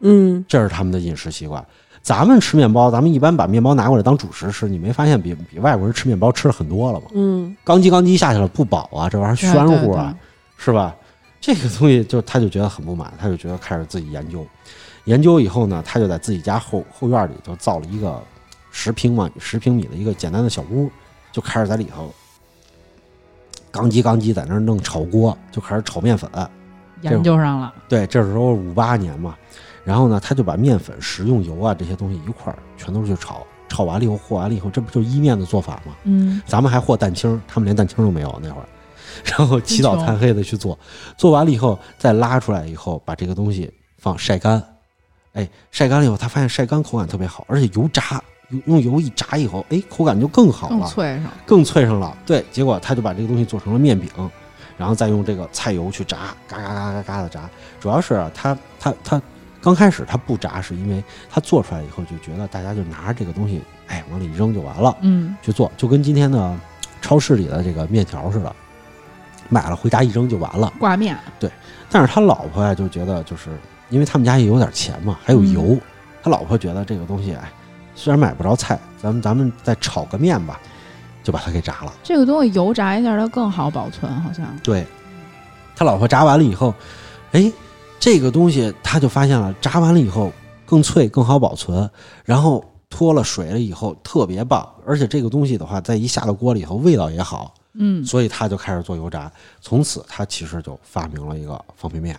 Speaker 4: 嗯
Speaker 3: 这是他们的饮食习惯。咱们吃面包，咱们一般把面包拿过来当主食吃，你没发现比比外国人吃面包吃的很多了吗？
Speaker 4: 嗯
Speaker 3: 钢叽钢叽下去了不饱啊，这玩意儿
Speaker 2: 对
Speaker 3: 暄乎
Speaker 2: 对
Speaker 3: 啊，是吧？ 这个东西就他就觉得很不满，他就觉得开始自己研究，研究以后呢，他就在自己家后后院里就造了一个十平嘛十平米的一个简单的小屋，就开始在里头钢叽钢叽在那儿弄炒锅，就开始炒面粉。
Speaker 2: 对研究上了。
Speaker 3: 对，这时候五八年嘛，然后呢，他就把面粉、食用油啊这些东西一块儿全都去炒，炒完了以后和完了以后，这不就是伊面的做法吗？
Speaker 2: 嗯，
Speaker 3: 咱们还和蛋清儿，他们连蛋清儿都没有那会儿，然后起早
Speaker 2: 真穷
Speaker 3: 贪黑的去做，做完了以后再拉出来以后，把这个东西放晒干，哎，晒干了以后，他发现晒干口感特别好，而且油炸，用用油一炸以后，哎，口感就更好
Speaker 2: 更
Speaker 3: 了，
Speaker 2: 脆上。
Speaker 3: 更脆上了。对，结果他就把这个东西做成了面饼，然后再用这个菜油去炸，嘎嘎嘎嘎嘎的炸。主要是啊，他他他刚开始他不炸，是因为他做出来以后就觉得大家就拿着这个东西，哎，往里扔就完了。
Speaker 2: 嗯，
Speaker 3: 去做，就跟今天的超市里的这个面条似的，买了回家一扔就完了。
Speaker 2: 挂面。
Speaker 3: 但是他老婆呀就觉得，就是因为他们家也有点钱嘛，还有油，他老婆觉得这个东西，哎，虽然买不着菜，咱们咱们再炒个面吧，就把它给炸了。
Speaker 2: 这个东西油炸一下，它更好保存，好像。
Speaker 3: 对，他老婆炸完了以后，哎，这个东西他就发现了，炸完了以后更脆、更好保存，然后脱了水了以后特别棒，而且这个东西的话，再一下到锅里以后味道也好，
Speaker 2: 嗯，
Speaker 3: 所以他就开始做油炸。从此，他其实就发明了一个方便面，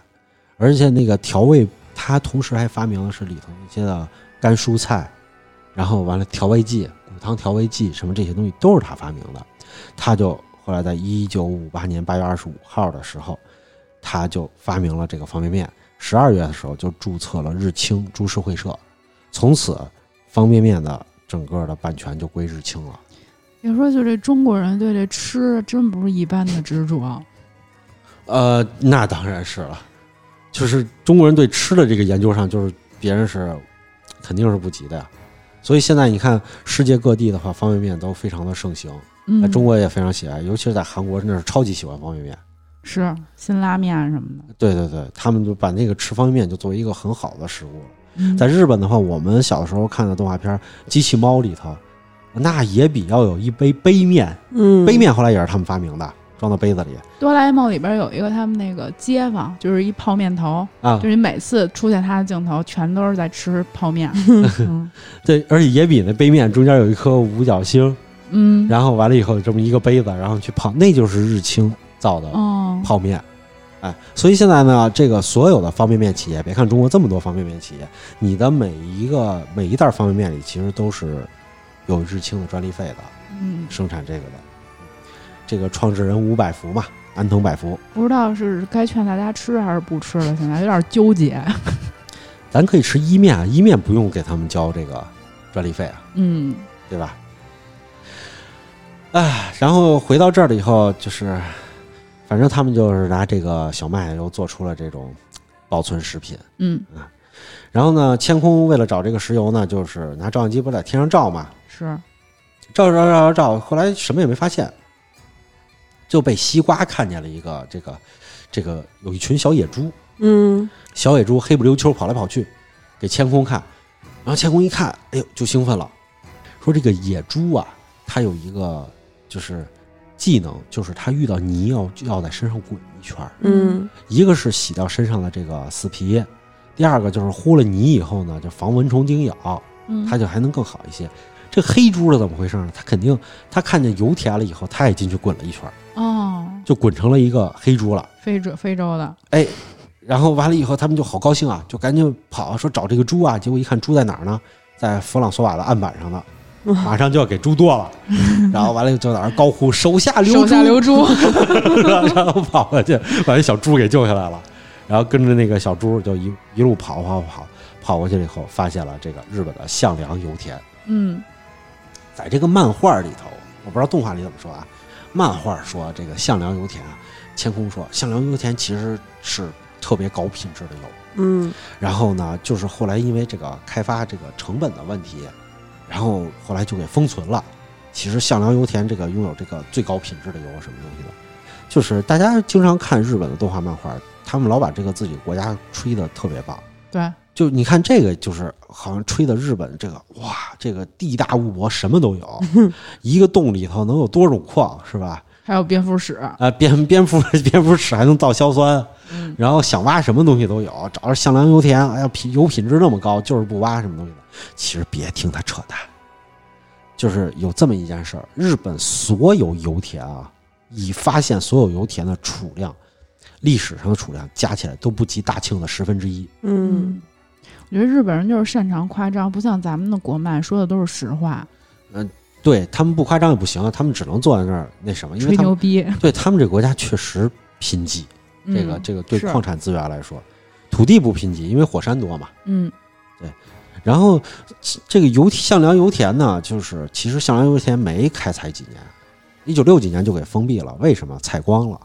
Speaker 3: 而且那个调味，他同时还发明了是里头一些的干蔬菜，然后完了调味剂、骨汤调味剂什么这些东西都是他发明的。他就后来在一九五八年八月二十五号的时候，他就发明了这个方便面。十二月的时候就注册了日清株式会社，从此方便面的整个的版权就归日清了。
Speaker 2: 要说就这中国人对这吃真不是一般的执着。
Speaker 3: 呃，那当然是了，就是中国人对吃的这个研究上，就是别人是肯定是不及的呀。所以现在你看，世界各地的话，方便面都非常的盛行，在
Speaker 2: 嗯，
Speaker 3: 哎中国也非常喜爱，尤其是在韩国，真的是超级喜欢方便面。
Speaker 2: 嗯是辛拉面什么的。
Speaker 3: 对对对，他们就把那个吃方便面就作为一个很好的食物了。
Speaker 2: 嗯
Speaker 3: 在日本的话，我们小的时候看的动画片《机器猫》里头，那也比要有一杯杯面，
Speaker 4: 嗯，
Speaker 3: 杯面后来也是他们发明的，装到杯子里
Speaker 2: 哆啦 A 梦里边有一个他们那个街坊，就是一泡面头，
Speaker 3: 啊
Speaker 2: 就是。你每次出现他的镜头，全都是在吃泡 面。嗯
Speaker 3: 对，而且也比那杯面中间有一颗五角星，
Speaker 2: 嗯，
Speaker 3: 然后完了以后这么一个杯子，然后去泡，那就是日清造的
Speaker 2: 哦，
Speaker 3: 泡面。哎，所以现在呢，这个所有的方便面企业，别看中国这么多方便面企业，你的每一个每一袋方便面里，其实都是有日清的专利费的，
Speaker 2: 嗯，
Speaker 3: 生产这个的。这个创始人吴百福嘛，安藤百福，
Speaker 2: 不知道是该劝大家吃还是不吃了，现在有点纠结。
Speaker 3: 咱可以吃伊面啊，伊面不用给他们交这个专利费啊，
Speaker 2: 嗯，
Speaker 3: 对吧？哎，然后回到这儿了以后，就是反正他们就是拿这个小麦又做出了这种保存食品。
Speaker 2: 嗯，
Speaker 3: 然后呢，千空为了找这个石油呢，就是拿照相机不是在天上照嘛，
Speaker 2: 是，
Speaker 3: 照照照照照，后来什么也没发现，就被西瓜看见了一个这个这个有一群小野猪，
Speaker 4: 嗯，
Speaker 3: 小野猪黑不溜秋跑来跑去，给千空看，然后千空一看，哎呦就兴奋了，说这个野猪啊，它有一个就是技能，就是它遇到泥要就要在身上滚一圈儿，
Speaker 4: 嗯，
Speaker 3: 一个是洗掉身上的这个死皮，第二个就是糊了泥以后呢，就防蚊虫叮咬，
Speaker 2: 嗯，
Speaker 3: 它就还能更好一些。这黑猪是怎么回事呢？它肯定它看见油田了以后，它也进去滚了一圈儿，
Speaker 2: 哦，
Speaker 3: 就滚成了一个黑猪了。
Speaker 2: 非洲非洲的，
Speaker 3: 哎，然后完了以后，他们就好高兴啊，就赶紧跑说找这个猪啊。结果一看猪在哪儿呢？在弗朗索瓦的案板上呢，马上就要给猪 剁了。然后完了就在那儿高呼“手下留
Speaker 2: 手
Speaker 3: 猪
Speaker 2: 下留猪，
Speaker 3: 然后跑过去把那小猪给救下来了，然后跟着那个小猪就一一路跑跑跑跑过去了以后，发现了这个日本的向良油田。
Speaker 2: 嗯
Speaker 3: 在这个漫画里头，我不知道动画里怎么说啊，漫画说这个向良油田啊，千空说向良油田其实是特别高品质的油，
Speaker 4: 嗯，
Speaker 3: 然后呢，就是后来因为这个开发这个成本的问题，然后后来就给封存了。其实向良油田这个拥有这个最高品质的油啊是什么东西的，就是大家经常看日本的动画漫画，他们老把这个自己国家吹的特别棒。
Speaker 2: 对，
Speaker 3: 就你看这个，就是好像吹的日本这个哇，这个地大物博，什么都有，一个洞里头能有多种矿是吧？
Speaker 2: 还有蝙蝠屎，
Speaker 3: 啊，蝙蝙蝠 蝙蝠屎还能造硝酸，
Speaker 2: 嗯
Speaker 3: 然后想挖什么东西都有，找着向良油田，哎呀，品油品质那么高，就是不挖什么东西的。其实别听他扯淡，就是有这么一件事儿：日本所有油田啊，已发现所有油田的储量，历史上的储量加起来都不及大庆的十分之一。
Speaker 4: 嗯，，
Speaker 2: 我觉得日本人就是擅长夸张，不像咱们的国漫说的都是实话，
Speaker 3: 对他们不夸张也不行，啊他们只能坐在那儿那什么，因为
Speaker 2: 吹
Speaker 3: 他
Speaker 2: 牛
Speaker 3: 们
Speaker 2: 逼，
Speaker 3: 对他们这个国家确实贫瘠，这个
Speaker 2: 嗯
Speaker 3: 这个对
Speaker 2: 是
Speaker 3: 矿产资源来说，土地不贫瘠，因为火山多嘛。
Speaker 2: 嗯
Speaker 3: 然后这这个油向良油田呢，就是其实向良油田没开采几年，一九六几年就给封闭了。为什么？采光了，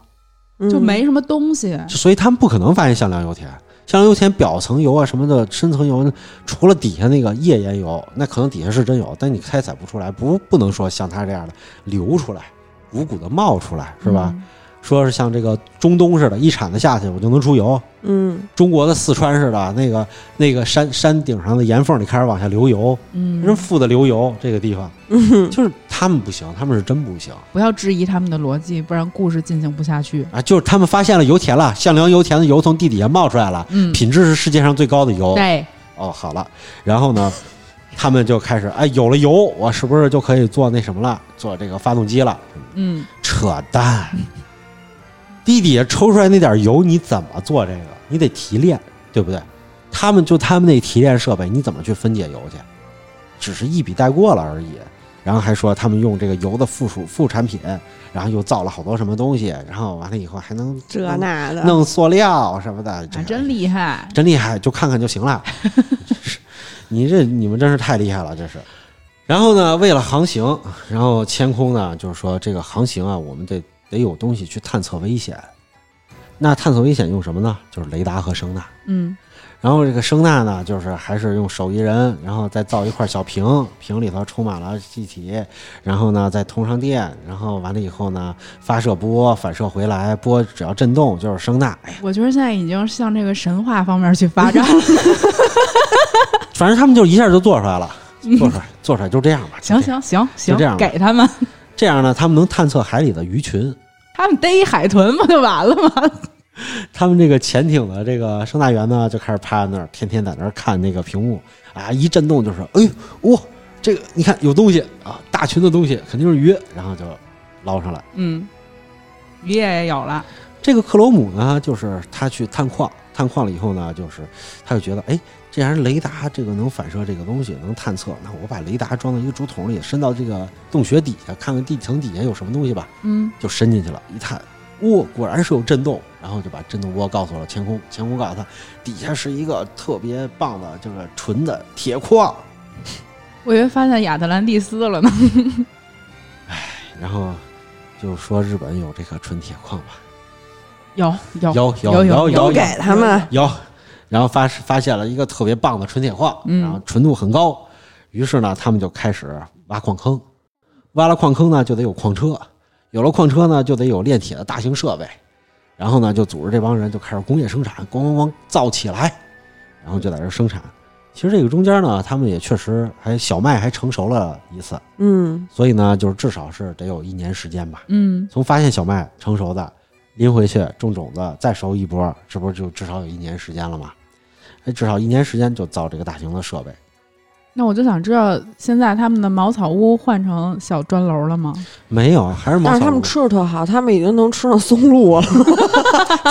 Speaker 4: 嗯
Speaker 2: 就没什么东西，
Speaker 3: 所以他们不可能发现向良油田。向良油田表层油啊什么的，深层油，除了底下那个页岩油，那可能底下是真有，但你开采不出来，不不能说像它这样的流出来，鼓鼓的冒出来，是吧？
Speaker 2: 嗯？
Speaker 3: 说是像这个中东似的，一铲子下去我就能出油，
Speaker 4: 嗯，
Speaker 3: 中国的四川似的，那个那个山山顶上的岩缝里开始往下流油，
Speaker 2: 嗯，
Speaker 3: 人富的流油这个地方，
Speaker 4: 嗯
Speaker 3: 就是他们不行，他们是真不行
Speaker 2: 不要质疑他们的逻辑，不然故事进行不下去。
Speaker 3: 啊！就是他们发现了油田了，向良油田的油从地底下冒出来了，
Speaker 2: 嗯，
Speaker 3: 品质是世界上最高的油。
Speaker 2: 对，
Speaker 3: 哦，好了，然后呢，他们就开始哎，有了油，我是不是就可以做那什么了？做这个发动机了？
Speaker 2: 嗯，
Speaker 3: 扯淡！地底下抽出来那点油，你怎么做这个？你得提炼，对不对？他们就他们那提炼设备，你怎么去分解油去？只是一笔带过了而已。然后还说他们用这个油的附属副产品，然后又造了好多什么东西，然后完了以后还能
Speaker 4: 这那的，
Speaker 3: 弄塑料什么的，
Speaker 2: 啊
Speaker 3: 这
Speaker 2: 真厉害。
Speaker 3: 真厉害，就看看就行了。 真是你这你们真是太厉害了，这是。然后呢，为了航行，然后千空呢就是说这个航行啊，我们得得有东西去探测危险。那探测危险用什么呢？就是雷达和声呐。
Speaker 2: 嗯
Speaker 3: 然后这个声呐呢，就是还是用手艺人，然后再造一块小瓶，瓶里头充满了气体，然后呢再通上电，然后完了以后呢发射波，反射回来，波只要震动就是声呐。哎呀，
Speaker 2: 我觉得现在已经向这个神话方面去发展 了。
Speaker 3: 反正他们就一下就做出来了，做出来做出来就这样吧。就
Speaker 2: 嗯行
Speaker 3: 这样，
Speaker 2: 行行
Speaker 3: 就
Speaker 2: 行
Speaker 3: 这样，吧
Speaker 2: 给他们，
Speaker 3: 这样呢，他们能探测海里的鱼群。
Speaker 2: 他们逮一海豚不就完了吗？
Speaker 3: 他们这个潜艇的这个声纳员呢，就开始趴在那儿，天天在那儿看那个屏幕啊，一震动就是，哎呦，哇、这个你看有东西啊，大群的东西肯定是鱼，然后就捞上来。
Speaker 2: 嗯，鱼也有了，
Speaker 3: 这个克罗姆呢，就是他去探矿，探矿了以后呢，就是他就觉得，哎，既然雷达这个能反射这个东西，能探测，那我把雷达装到一个竹筒里，伸到这个洞穴底下，看看地层底下有什么东西吧，
Speaker 2: 嗯
Speaker 3: 就伸进去了。一探，哦，果然是有震动，然后就把震动波告诉了乾空，乾空告诉他，底下是一个特别棒的，就是纯的铁矿。
Speaker 2: 我以为发现亚特兰蒂斯 了呢。
Speaker 3: 然后就说日本有这个纯铁矿吧，
Speaker 2: 有有
Speaker 3: 有
Speaker 2: 有
Speaker 3: 有
Speaker 2: 有
Speaker 3: 有
Speaker 4: 都给他们，
Speaker 3: 有，然后发发现了一个特别棒的纯铁矿，
Speaker 2: 嗯
Speaker 3: 然后纯度很高，于是呢，他们就开始挖矿坑，挖了矿坑呢，就得有矿车，有了矿车呢，就得有炼铁的大型设备，然后呢，就组织这帮人就开始工业生产，咣咣咣造起来，然后就在这生产。其实这个中间呢，他们也确实还小麦还成熟了一次，
Speaker 4: 嗯，
Speaker 3: 所以呢，就是至少是得有一年时间吧。
Speaker 2: 嗯
Speaker 3: 从发现小麦成熟的拎回去种种子，再收一波，这不是就至少有一年时间了吗？哎，至少一年时间就造这个大型的设备。，
Speaker 2: 那我就想知道，现在他们的茅草屋换成小砖楼了吗？
Speaker 3: 没有，还是茅
Speaker 4: 但
Speaker 3: 草屋
Speaker 4: 是他们吃的特好，他们已经能吃上松露了，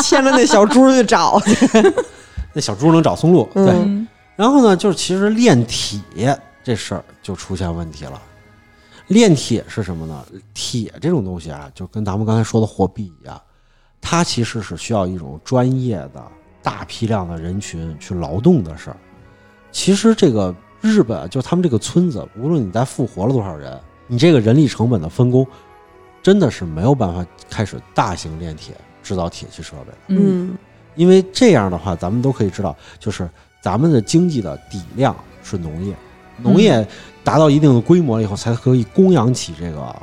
Speaker 4: 牵着那小猪去找去。
Speaker 3: 那小猪能找松露，对。
Speaker 4: 嗯
Speaker 2: 嗯
Speaker 3: 然后呢，就是其实炼铁这事儿就出现问题了。炼铁是什么呢？铁这种东西啊，就跟咱们刚才说的货币一样，它其实是需要一种专业的、大批量的人群去劳动的事儿。其实这个日本就他们这个村子，无论你再复活了多少人，你这个人力成本的分工，真的是没有办法开始大型炼铁、制造铁器设备。
Speaker 2: 嗯
Speaker 3: 因为这样的话，咱们都可以知道，就是咱们的经济的底量是农业，
Speaker 4: 嗯
Speaker 3: 农业达到一定的规模了以后，才可以供养起这个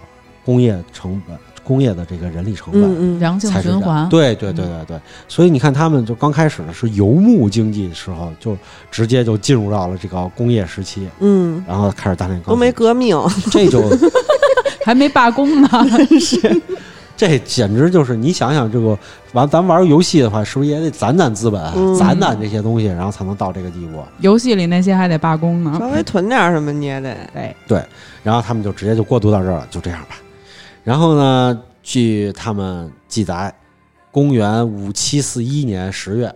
Speaker 3: 工业成本、工业的这个人力成本。
Speaker 4: 嗯嗯，
Speaker 2: 良性
Speaker 3: 才是这
Speaker 2: 循
Speaker 3: 样
Speaker 2: 环。
Speaker 3: 对对对对对，所以你看，他们就刚开始的是游牧经济的时候，就直接就进入到了这个工业时期，
Speaker 4: 嗯，
Speaker 3: 然后开始大炼钢
Speaker 4: 都没
Speaker 3: 铁，
Speaker 4: 革命，
Speaker 3: 这就
Speaker 2: 还没罢工呢。
Speaker 3: 这简直就是你想想，这个玩咱玩游戏的话，是不是也得攒攒资本，
Speaker 4: 嗯
Speaker 3: 攒攒这些东西，然后才能到这个地步？
Speaker 2: 游戏里那些还得罢工呢。
Speaker 4: 稍微囤点什么你也得。
Speaker 2: 对，
Speaker 3: 然后他们就直接就过渡到这儿了，就这样吧。然后呢，据他们记载，公元五七四一年十月，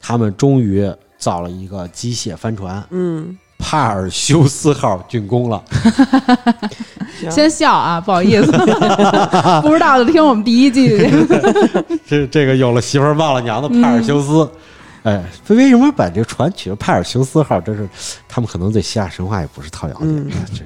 Speaker 3: 他们终于造了一个机械帆船
Speaker 4: 嗯，
Speaker 3: “帕尔修斯号”竣工了。
Speaker 4: 行
Speaker 2: 先笑啊，不好 意思，不知道的听我们第一季 去。
Speaker 3: 这这个有了媳妇儿忘了娘的帕尔修斯，哎，为为什么把这船取了帕尔修斯号？真是他们可能对希腊神话也不是太了解，啊
Speaker 4: 嗯
Speaker 3: 这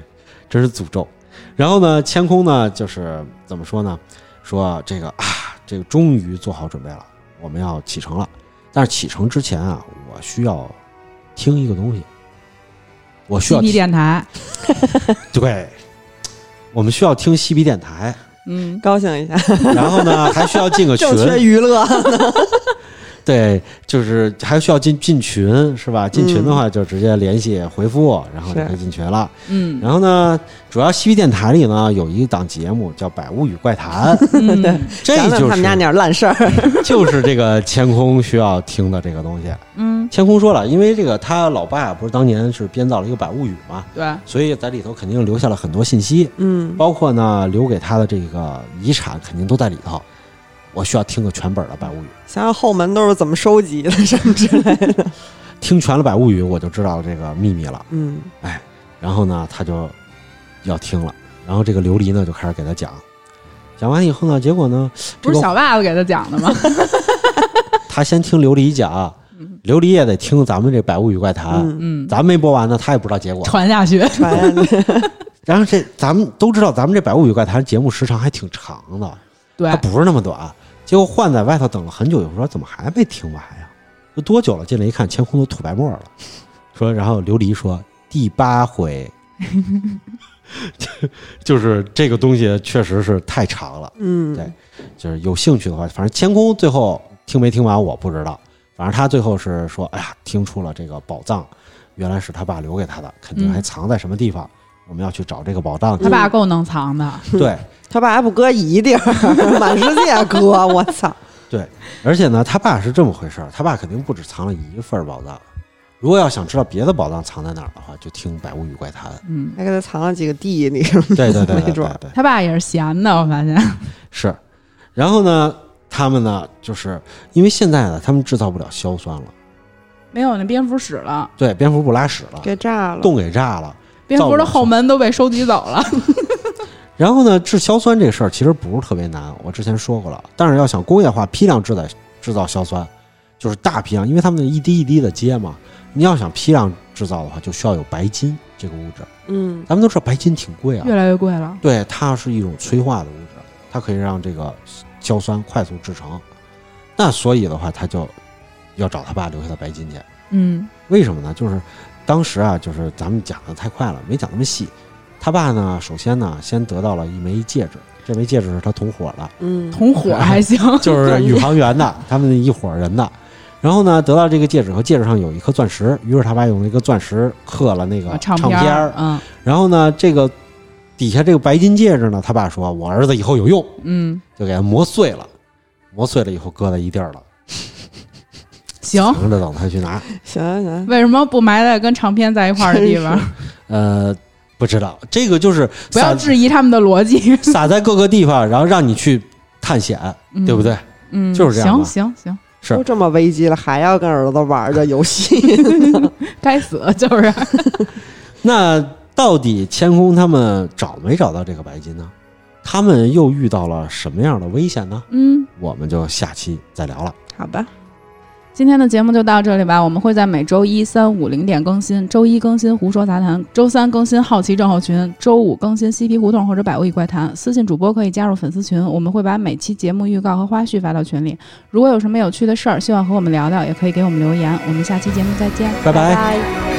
Speaker 3: 真是诅咒。然后呢，千空呢，就是怎么说呢？说这个啊，这个终于做好准备了，我们要启程了。但是启程之前啊，我需要听一个东西，我需
Speaker 2: 西
Speaker 3: 要
Speaker 2: 皮
Speaker 3: 听
Speaker 2: 电台，
Speaker 3: 对，我们需要听西比电台，
Speaker 2: 嗯，
Speaker 4: 高兴一下，
Speaker 3: 然后呢，还需要 进个群，
Speaker 4: 正缺娱乐。
Speaker 3: 对，就是还需要进进群是吧？进群的话就直接联系回复，然后就是可以进群了。
Speaker 2: 嗯
Speaker 3: 然后呢，主要西域电台里呢有一档节目叫《百物语怪谈》，
Speaker 2: 嗯，
Speaker 3: 这
Speaker 4: 讲讲
Speaker 3: 就
Speaker 4: 他们家那
Speaker 3: 是
Speaker 4: 点烂事儿。
Speaker 3: 就是这个千空需要听的这个东西。
Speaker 2: 嗯，
Speaker 3: 千空说了，因为这个他老爸不是当年是编造了一个《百物语》嘛，
Speaker 2: 对，
Speaker 3: 所以在里头肯定留下了很多信息，
Speaker 4: 嗯，
Speaker 3: 包括呢留给他的这个遗产肯定都在里头。我需要听个全本的《百物语》。
Speaker 4: 想想后门都是怎么收集的 什么之类的。
Speaker 3: 听全了《百物语》，我就知道这个秘密了。
Speaker 4: 嗯，
Speaker 3: 然后呢，他就要听了，然后这个琉璃呢就开始给他讲，讲完以后呢，结果呢，
Speaker 2: 不是
Speaker 3: 这个
Speaker 2: 小袜子给他讲的 吗？
Speaker 3: 他先听琉璃讲，琉璃也得听咱们这《百物语怪谈》
Speaker 4: 嗯，
Speaker 2: 嗯，
Speaker 3: 咱没播完呢，他也不知道结果。
Speaker 2: 传下去，
Speaker 4: 传
Speaker 3: 然后这咱们都知道，咱们这《百物语怪谈》节目时长还挺长的，
Speaker 2: 对
Speaker 3: 它，不是那么短。结果换在外头等了很久，有时候怎么还没听完呀？都多久了？进来一看，千空都吐白沫了。说，然后琉璃说第八回， 就就是这个东西确实是太长了。
Speaker 4: 嗯，
Speaker 3: 对就是有兴趣的话，反正千空最后听没听完我不知道，反正他最后是说，哎呀，听出了这个宝藏，原来是他爸留给他的，肯定还藏在什么地方，我们要去找这个宝藏去。
Speaker 2: 嗯他爸够能藏的。。
Speaker 3: 对，
Speaker 4: 他爸还不搁一地儿，满世界搁，我操！
Speaker 3: 而且呢，他爸是这么回事儿，他爸肯定不止藏了一份宝藏。如果要想知道别的宝藏藏在哪儿的话，就听《百物语怪谈》
Speaker 2: 嗯，
Speaker 4: 还给他藏了几个弟弟什么的，
Speaker 3: 对对对
Speaker 4: 没
Speaker 3: 对对
Speaker 4: 准儿
Speaker 3: 对，
Speaker 2: 他爸也是闲的，我发现。
Speaker 3: 是。然后呢，他们呢，就是因为现在呢，他们制造不了硝酸了，
Speaker 2: 没有那蝙蝠使了，
Speaker 3: 对，蝙蝠不拉屎了，
Speaker 4: 给炸了。
Speaker 3: 洞给炸了。
Speaker 2: 蝙蝠的后门都被收集走了。
Speaker 3: 然后呢，制硝酸这事儿其实不是特别难，我之前说过了。但是要想工业化批量制造制造硝酸，就是大批量，因为他们一滴一滴的接嘛。你要想批量制造的话，就需要有白金这个物质。
Speaker 4: 嗯
Speaker 3: 咱们都知道白金挺贵啊，
Speaker 2: 越来越贵了。
Speaker 3: 对，它是一种催化的物质，它可以让这个硝酸快速制成。那所以的话，他就要找他爸留下的白金去。
Speaker 2: 嗯
Speaker 3: 为什么呢？就是当时啊，就是咱们讲的太快了，没讲那么细。他爸呢，首先呢，先得到了一枚戒指，这枚戒指是他同伙 的，
Speaker 4: 嗯，
Speaker 2: 同伙还 行，
Speaker 3: 就是宇航员的，他们一伙人的。然后呢，得到这个戒指和戒指上有一颗钻石，于是他爸用那个钻石刻了那个
Speaker 2: 啊
Speaker 3: 唱
Speaker 2: 片
Speaker 3: 片儿
Speaker 2: 儿，嗯
Speaker 3: 然后呢，这个底下这个白金戒指呢，他爸说我儿子以后有用，
Speaker 2: 嗯，
Speaker 3: 就给它磨碎了，磨碎了以后搁在一地儿了，
Speaker 2: 行。
Speaker 3: 等着等他去拿。
Speaker 4: 行行行，
Speaker 2: 为什么不埋在跟唱片在一块儿的地方？
Speaker 3: 呃，不知道这个就是
Speaker 2: 不要
Speaker 3: 撒
Speaker 2: 质疑他们的逻 辑，
Speaker 3: 撒在各个地方，然后让你去探险，
Speaker 2: 嗯
Speaker 3: 对不？对？
Speaker 2: 嗯，
Speaker 3: 就是这样吧
Speaker 2: 行行行，
Speaker 3: 是
Speaker 4: 都这么危机了，还要跟儿子玩这游戏？
Speaker 2: 该死 就是。
Speaker 3: 那到底千空他们找没找到这个白金呢？他们又遇到了什么样的危险呢？
Speaker 2: 嗯，
Speaker 3: 我们就下期再聊了。
Speaker 4: 好吧，
Speaker 2: 今天的节目就到这里吧，我们会在每周一、三、五零点更新，周一更新《胡说杂谈》，周三更新《好奇症候群》，周五更新《嬉皮胡同》或者《百物语怪谈》。私信主播可以加入粉丝群，我们会把每期节目预告和花絮发到群里。如果有什么有趣的事儿，希望和我们聊聊，也可以给我们留言。我们下期节目再见。
Speaker 3: 拜拜
Speaker 4: 拜。